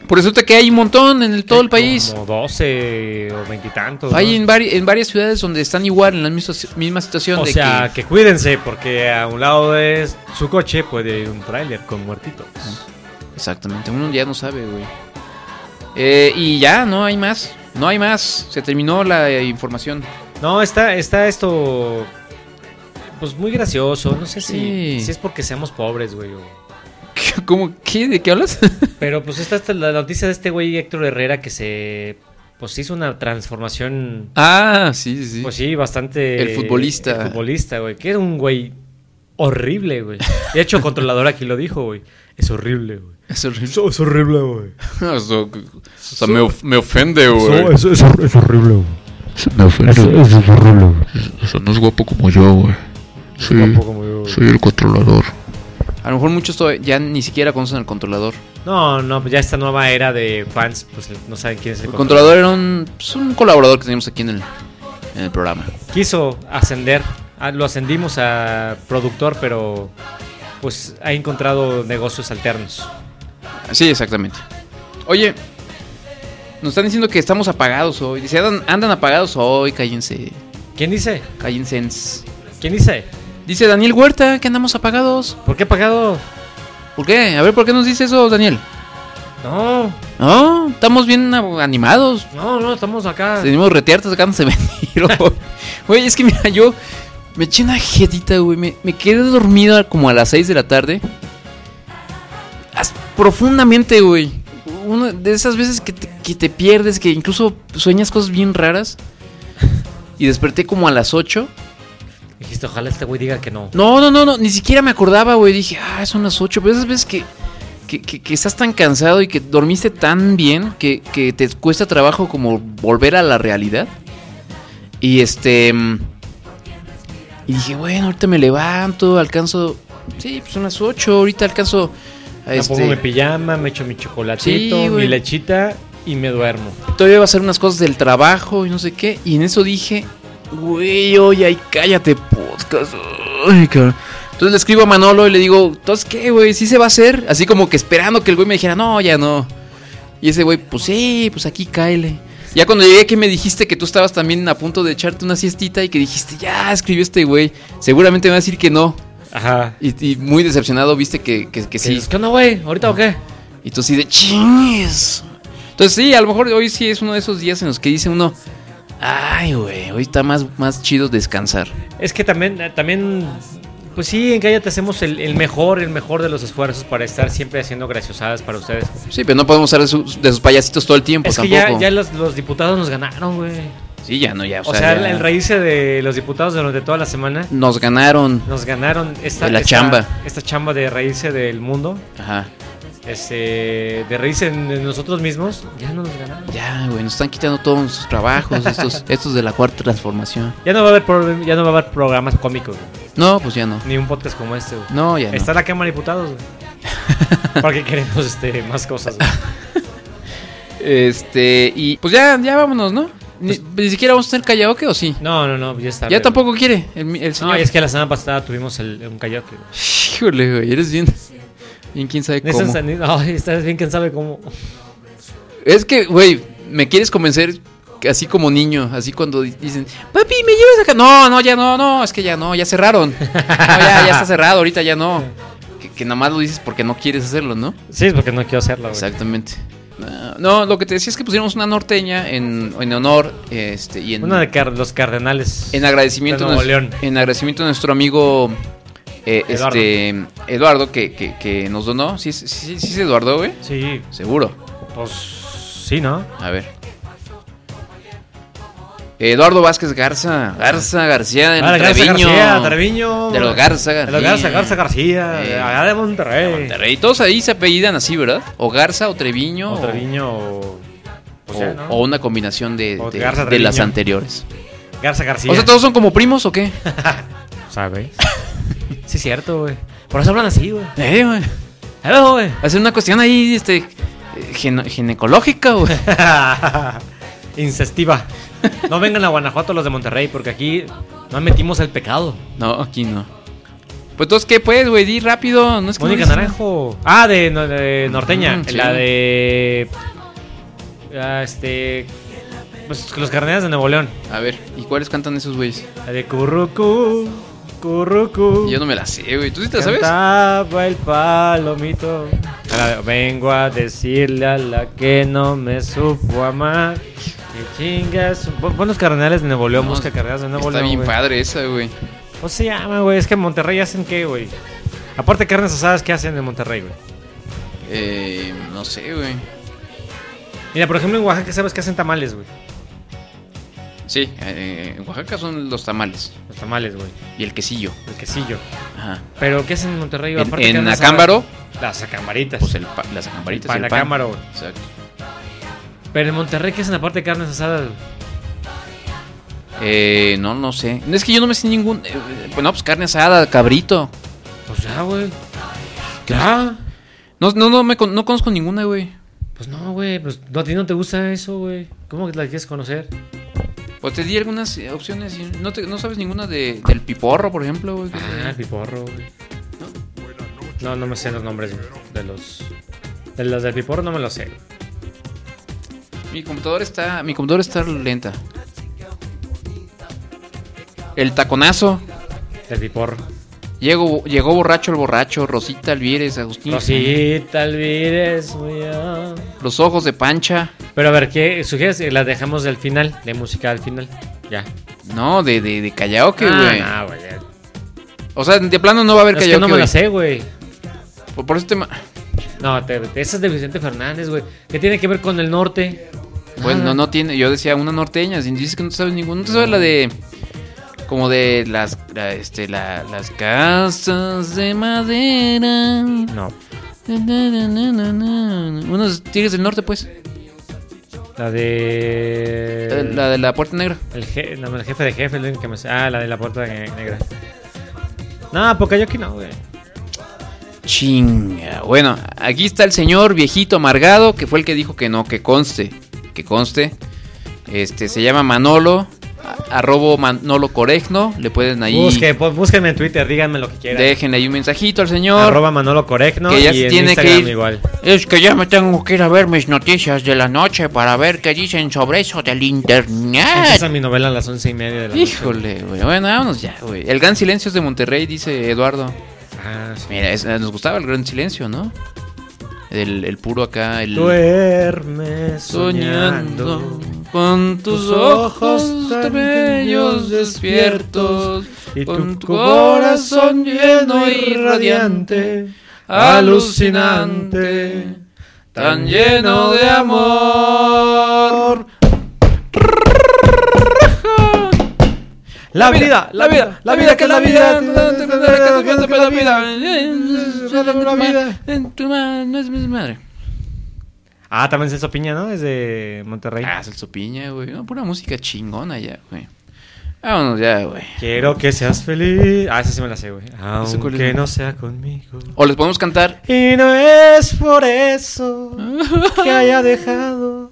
Por resulta que hay un montón en el- todo el país.
Como 12 o 20 y tantos.
Hay
¿no?
en, vari- en varias ciudades donde están igual, en la misma, misma situación.
O
de
sea, que... cuídense, porque a un lado de su coche puede ir un tráiler con muertitos.
que- Exactamente, uno ya no sabe, güey. Eh, y ya, no hay más. No hay más. Se terminó la eh, información.
No, está, está esto. Pues muy gracioso. No sé
Sí.
si, si es porque seamos pobres, güey. o-
¿Qué- ¿Cómo? ¿Qué? ¿De qué hablas?
Pero pues esta es la noticia de este güey Héctor Herrera que se. Pues hizo una transformación.
ah, sí, sí, sí.
Pues sí, bastante.
El futbolista.
El futbolista, güey. Que era un güey horrible, güey. De hecho, controlador aquí lo dijo, güey. Es horrible, güey.
Es horrible.
Es horrible, güey.
O sea, o sea, me, of- me ofende,
No,
güey.
es, es hor- es horrible, güey.
Me ofende.
Es, es horrible, güey.
O sea, no es guapo como yo, güey. Sí,
Guapo como yo, güey.
soy el controlador.
A lo mejor muchos to- ya ni siquiera conocen al controlador.
No, no, pues ya esta nueva era de fans, pues no saben quién es el
El controlador era un, pues, un colaborador que teníamos aquí en el, en el programa.
Quiso ascender, ah, lo ascendimos a productor, pero pues ha encontrado negocios alternos.
Sí, exactamente. Oye, nos están diciendo que estamos apagados hoy. Dice, andan, andan apagados hoy, cállense.
¿Quién dice?
Cállense.
¿Quién dice?
Dice Daniel Huerta que andamos apagados.
¿Por qué pagado?
¿Por qué? A ver, ¿por qué nos dice eso, Daniel?
No,
No, estamos bien a- animados.
no, no, estamos acá.
Tenemos reteartas acá, de venir. güey. Güey, es que mira, yo me eché una jetita, güey. Me, me quedé dormido como a las 6 de la tarde. As- profundamente, güey. Una de esas veces que te, que te pierdes, que incluso sueñas cosas bien raras. Y desperté como a las 8.
Dijiste, ojalá este güey diga que no.
No, no, no, no, ni siquiera me acordaba, güey. Dije, ah, son las 8. Pero esas veces que, que, que- que estás tan cansado y que dormiste tan bien que, que te cuesta trabajo como volver a la realidad. Y este. mm, Y dije, bueno, ahorita me levanto, alcanzo. Sí, pues son las 8. Ahorita alcanzo. a
Me pongo
este,
mi pijama, me echo mi chocolatito,
Sí, güey.
mi lechita y me duermo.
todavía iba a hacer unas cosas del trabajo y no sé qué. Y en eso dije, güey, oye, ay, cállate, podcast. Ay, cabrón. Entonces le escribo a Manolo y le digo, entonces qué, güey, sí se va a hacer. Así como que esperando que el güey me dijera, no, ya no. Y ese güey, pues sí, pues aquí cáele. Ya cuando llegué que me dijiste que tú estabas también a punto de echarte una siestita y que dijiste, ya escribió este güey, seguramente me va a decir que no.
Ajá.
Y, y muy decepcionado viste que, que, que sí.
¿Qué onda, güey? ¿Ahorita o qué?
Y tú así de chingues. Entonces sí, a lo mejor hoy sí es uno de esos días en los que dice uno, Ay, güey, hoy está más, más chido descansar.
Es que también, eh, también, pues sí, en Cállate hacemos el, el mejor, el mejor de los esfuerzos para estar siempre haciendo graciosadas para ustedes.
Sí, pero no podemos ser de sus, de sus payasitos todo el tiempo
es que
Pues tampoco.
ya, ya los, los diputados nos ganaron, güey.
Sí, ya no, ya.
O, sea,
ya
el reírse de los diputados durante toda la semana
Nos ganaron.
nos ganaron esta,
De la
esta-
chamba.
esta chamba de reírse del mundo,
Ajá.
este, de reírse de nosotros mismos. Ya no nos ganaron.
Ya, güey, nos están quitando todos nuestros trabajos, estos, estos de la cuarta transformación.
Ya no va a haber, pro- ya no va a haber programas cómicos, güey,
No, pues ya no.
ni un podcast como este. güey.
No, ya no.
Está la Cámara de Diputados, güey. Porque queremos este, más cosas. güey.
Este, y pues ya, ya vámonos, ¿no? Ni, ni siquiera vamos a tener karaoke o sí.
No, no, no, ya está.
Ya
güey.
tampoco quiere el, mi- el
No,
señor.
y es que la semana pasada tuvimos el, un karaoke. güey.
Híjole, güey, eres bien. Bien, quién sabe cómo.
Necesitas- no, estás bien, quién sabe cómo.
Es que, güey, me quieres convencer así como niño, así cuando di- dicen, papi, ¿me llevas acá? No, no, ya no, no, es que ya no, ya cerraron. No, ya, ya está cerrado, ahorita ya no. Que, que nada más lo dices porque no quieres hacerlo, ¿no?
Sí, es porque no quiero hacerlo. güey.
Exactamente. Ah, No, lo que te decía es que pusiéramos una norteña en, en honor este, y en,
Uno de car- los cardenales.
en agradecimiento
de
a
Nuevo
nues-
León.
en agradecimiento a nuestro amigo eh,
Eduardo.
este Eduardo que, que- que nos donó. ¿Sí, es- sí, sí es Eduardo, güey?
Sí,
Seguro.
pues sí, ¿no?
A ver. Eduardo Vázquez Garza. Garza García de
Ah, Garza
Treviño.
García, Treviño.
De los Garza
De los Garza,
García.
Garza García.
Eh,
de allá de Monterrey.
Monterrey. Todos ahí se apellidan así, ¿verdad? O Garza o Treviño.
O Treviño o.
o-
o sea, ¿no?
o una combinación de,
O
de-
Garza
de las
Treviño.
anteriores.
Garza García.
O sea, ¿todos son como primos o qué?
¿Sabes? sí, cierto, güey. Por eso hablan así, güey.
Eh, güey.
Hello, güey.
Hacer una cuestión ahí, este. eh, gine- ginecológica, güey.
Incestiva. No vengan a Guanajuato los de Monterrey porque aquí no metimos el pecado.
No, aquí no. Pues entonces, ¿qué pues, güey? Di rápido. No es que no
Mónica
dices-
Naranjo. Ah, de, no- de Norteña.
Mm, sí.
La de. ah, este. Pues los carneras de Nuevo León.
A ver, ¿y cuáles cantan esos güeyes?
La de Currucú. Currucú.
Yo no me la sé, güey. ¿Tú sí te la sabes?
Cantaba el palomito. La de, vengo a decirle a la que no me supo amar. Que chingas. Pon pon los cardenales de Nuevo León.
No,
busca cardenales de Nuevo
Está
León.
bien
güey.
padre esa, güey.
¿Cómo se llama, güey? Es que en Monterrey hacen qué, güey. Aparte carnes asadas, ¿qué hacen en Monterrey, güey?
Eh, no sé, güey.
Mira, por ejemplo, en Oaxaca sabes que hacen tamales, güey.
Sí, eh, en Oaxaca son los tamales
Los tamales, güey.
y el quesillo.
El quesillo.
Ajá.
Pero ¿qué hacen en Monterrey? güey?
En-
Aparte
en
carne asada.
Acámbaro.
Las acambaritas.
Pues el pa- las acambaritas
Pan
y el pan.
acámbaro, güey.
Exacto.
Pero en Monterrey, ¿qué hacen aparte de carnes asadas? güey?
Eh, no, no sé. Es que yo no me sé ningún... eh, eh, bueno, pues carne asada, cabrito.
Pues ya, güey. Ya.
No, no, no, me, con- no conozco ninguna, güey.
Pues no, güey. Pues no, a ti no te gusta eso, güey. ¿Cómo que la quieres conocer?
Pues te di algunas eh, opciones y no, te- no sabes ninguna de, del piporro, por ejemplo, güey. que
Ah, el
se-
piporro, güey. No, no me sé los nombres güey, de los. De los del piporro no me los sé. güey.
Mi computadora está... Mi computadora está lenta. El taconazo.
Del piporro.
Llegó, llegó borracho el borracho, Rosita Alvírez, Agustín.
Rosita Alvírez, mía.
Los ojos de pancha.
Pero a ver, ¿qué sugieres? La dejamos del final, de música al final. Ya.
No, de, de, de karaoke, güey.
Ah, no, güey. ya.
O sea, de plano no va a haber
Es
karaoke.
que no me
hoy.
la sé, güey.
Por, por ese tema.
No, te, te- esa es de Vicente Fernández, güey. ¿Qué tiene que ver con el norte?
Bueno, no, no tiene. Yo decía una norteña. Si dices que no te sabes ninguna. No te sabes la de. Como de las. la, este, la- las casas de madera.
No.
Na, na, na, na, na, na. Unos tigres del norte, pues.
La de.
La de- La de la puerta negra.
El, je- no, el jefe de jefe, el único que me sé. Ah, la de la puerta ne- negra. No, porque yo aquí no, güey.
Chinga. Bueno, aquí está el señor viejito amargado, que fue el que dijo que no, que conste, que conste. Este se llama Manolo, a- arrobo Manolo Corejno, le pueden ahí
Busque, pues, búsquenme en Twitter, díganme lo que quieran.
déjenle ahí un mensajito al señor.
Arroba Manolo Corecno
que ya
y
se
en
tiene
Instagram
que ir.
igual.
Es que ya me tengo que ir a ver mis noticias de la noche para ver qué dicen sobre eso del
Empieza
internet.
mi novela a las once y media de la noche.
Híjole, güey. Bueno, vámonos ya, güey. El gran silencio es de Monterrey, dice Eduardo.
Ah, sí.
Mira, es- nos gustaba el gran silencio, ¿no? El, el puro acá, el
Duerme soñando.
soñando. Con tus ojos tan bellos despiertos y con tu corazón lleno y radiante, alucinante, tan lleno de amor.
La vida, la vida, la vida que es la vida.
la vida. En tu mano es mi madre.
Ah, también Celso Piña, ¿no? Desde Monterrey.
Ah, Celso Piña, güey. No, pura música chingona ya, güey. Vámonos ya, güey.
Quiero que seas feliz. Ah, esa sí me la sé, güey.
cuál es,
Aunque
güey?
no sea conmigo.
O les podemos cantar.
Y no es por eso que haya dejado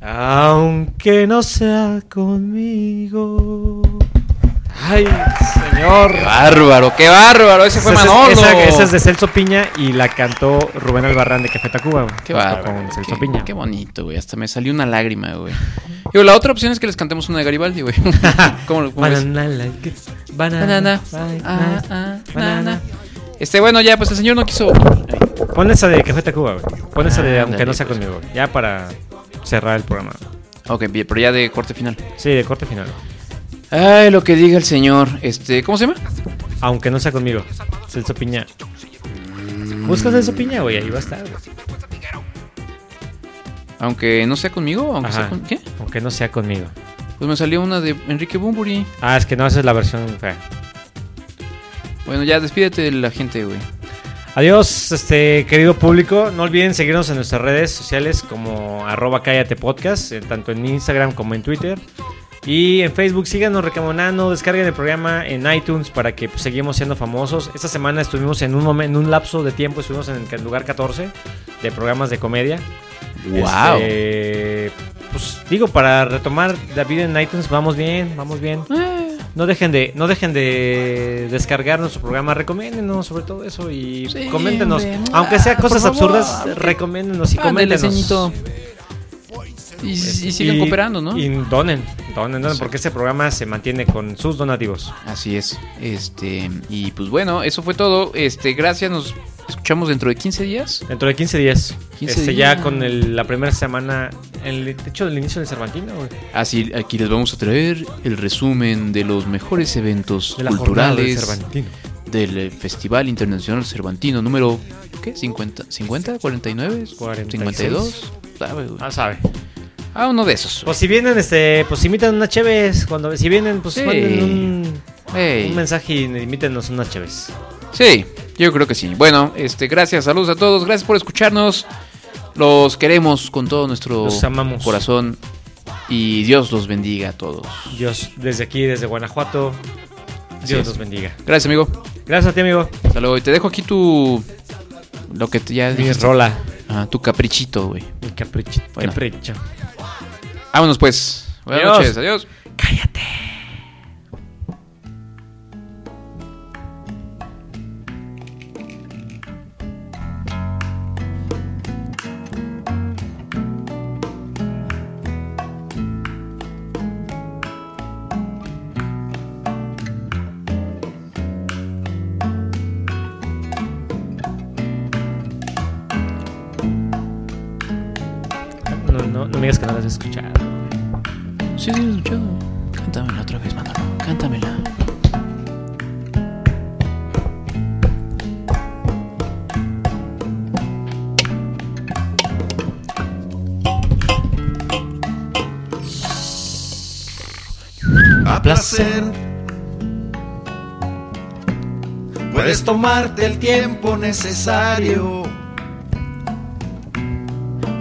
aunque no sea conmigo. Ay, señor.
Qué bárbaro, qué bárbaro. Ese fue
Esa es-
Manolo.
esa- esa es de Celso Piña y la cantó Rubén Albarrán de Café Tacuba.
Qué
junto
bárbaro.
Con Celso
qué,
Piña.
qué bonito, güey. Hasta me salió una lágrima, güey. Digo, la otra opción es que les cantemos una de Garibaldi, güey. ¿Cómo lo cómo ves?
Banana, like- banana,
Banana.
banana,
Ah, ah,
banana.
banana. Este, bueno, ya, pues el señor no quiso.
Pon esa de Café Tacuba, güey. Pon esa de
Ah,
Aunque no
ándale,
sea
pues.
conmigo. Ya para cerrar el programa.
Ok, bien, pero ya de corte final.
Sí, de corte final.
Ay, lo que diga el señor. Este, ¿cómo se llama?
Aunque no sea conmigo. Celso Piña. Busca Celso Piña, güey. Ahí va a estar, güey.
Aunque no sea conmigo, aunque sea
Ajá.
con. ¿Qué?
Aunque no sea conmigo.
Pues me salió una de Enrique Bumburi.
Ah, es que no, esa es la versión fea.
Bueno, ya despídete de la gente, güey.
Adiós, este querido público. No olviden seguirnos en nuestras redes sociales como arroba cállate podcast, eh, tanto en Instagram como en Twitter. Y en Facebook síganos recomendando, descarguen el programa en iTunes para que pues, seguimos siendo famosos. Esta semana estuvimos en un momento, en un lapso de tiempo, estuvimos en el lugar 14 de programas de comedia.
Wow.
Este, pues digo, para retomar David en iTunes, vamos bien, vamos bien.
Eh.
No dejen de, no dejen de descargar nuestro programa, recomiéndenos sobre todo eso y
Sí,
coméntenos.
hombre. Ah,
Aunque sea
Por
cosas
favor.
absurdas, recomiéndenos y
Ándale,
coméntenos. Este,
ceñito. Y, y sigan
Y-
cooperando, ¿no?
Y donen, donen, donen, porque este programa se mantiene con sus donativos.
Así es. Este, y pues bueno, eso fue todo. Este, gracias, nos escuchamos dentro de 15 días.
Dentro de 15 días.
15
este,
días.
Ya con el- la primera semana, el, de hecho, el inicio del Cervantino. güey.
Así aquí les vamos a traer el resumen de los mejores eventos
De la jornada del
culturales
Cervantino.
del eh, Festival Internacional Cervantino número ¿qué? 50, 50, 49, 52, sabe, güey.
Ah, sabe.
Ah, uno de esos.
Pues si vienen, este, pues imitan unas cheves. Cuando, si vienen, pues
Sí.
manden un,
Ey.
un mensaje y imítenos unas cheves.
Sí, yo creo que sí. Bueno, este, gracias, saludos a todos, gracias por escucharnos. Los queremos con todo nuestro
Los amamos.
corazón y Dios los bendiga a todos.
Dios, desde aquí, desde Guanajuato,
Así
Dios
es.
los bendiga.
Gracias, amigo.
Gracias a ti, amigo.
Hasta luego. Y te dejo aquí tu lo que te- ya dijiste.
rola.
Ah, tu caprichito, güey.
Mi capricho.
Bueno.
Capricho.
Vámonos pues. Buenas
Adiós.
noches, adiós.
No, no, no me digas que no las has escuchado.
Sí, sí, escuchado. Cántamela otra vez, Manolo. Cántamela.
a placer. Puedes tomarte el tiempo necesario,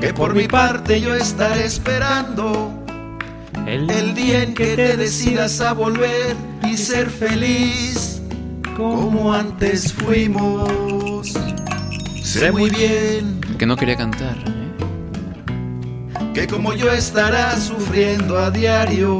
que por mi parte yo estaré esperando
El,
el día en que te decidas a volver y ser feliz como antes fuimos. Sé muy bien
Que no quería cantar. ¿eh?
que como yo estará sufriendo a diario.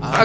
a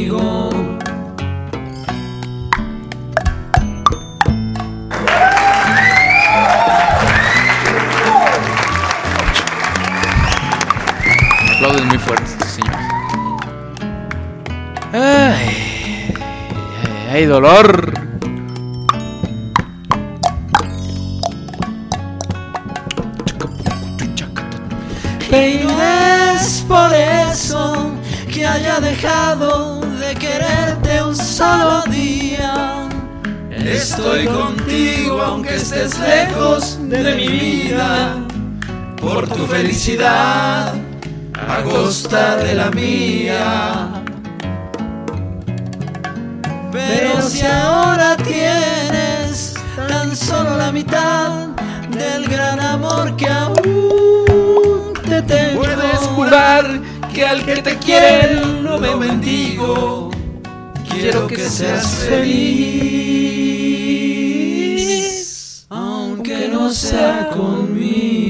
Aplauden muy fuerte
este
estos señores. Ay, ay, ay, dolor.
Y no es por eso que haya dejado de quererte un solo día. Estoy contigo aunque estés lejos de mi vida. Por tu felicidad, a costa de la mía. Pero si ahora tienes tan solo la mitad del gran amor que aún te tengo, puedes jurar que al que te quiere no me bendigo. Quiero que seas feliz, aunque no sea conmigo.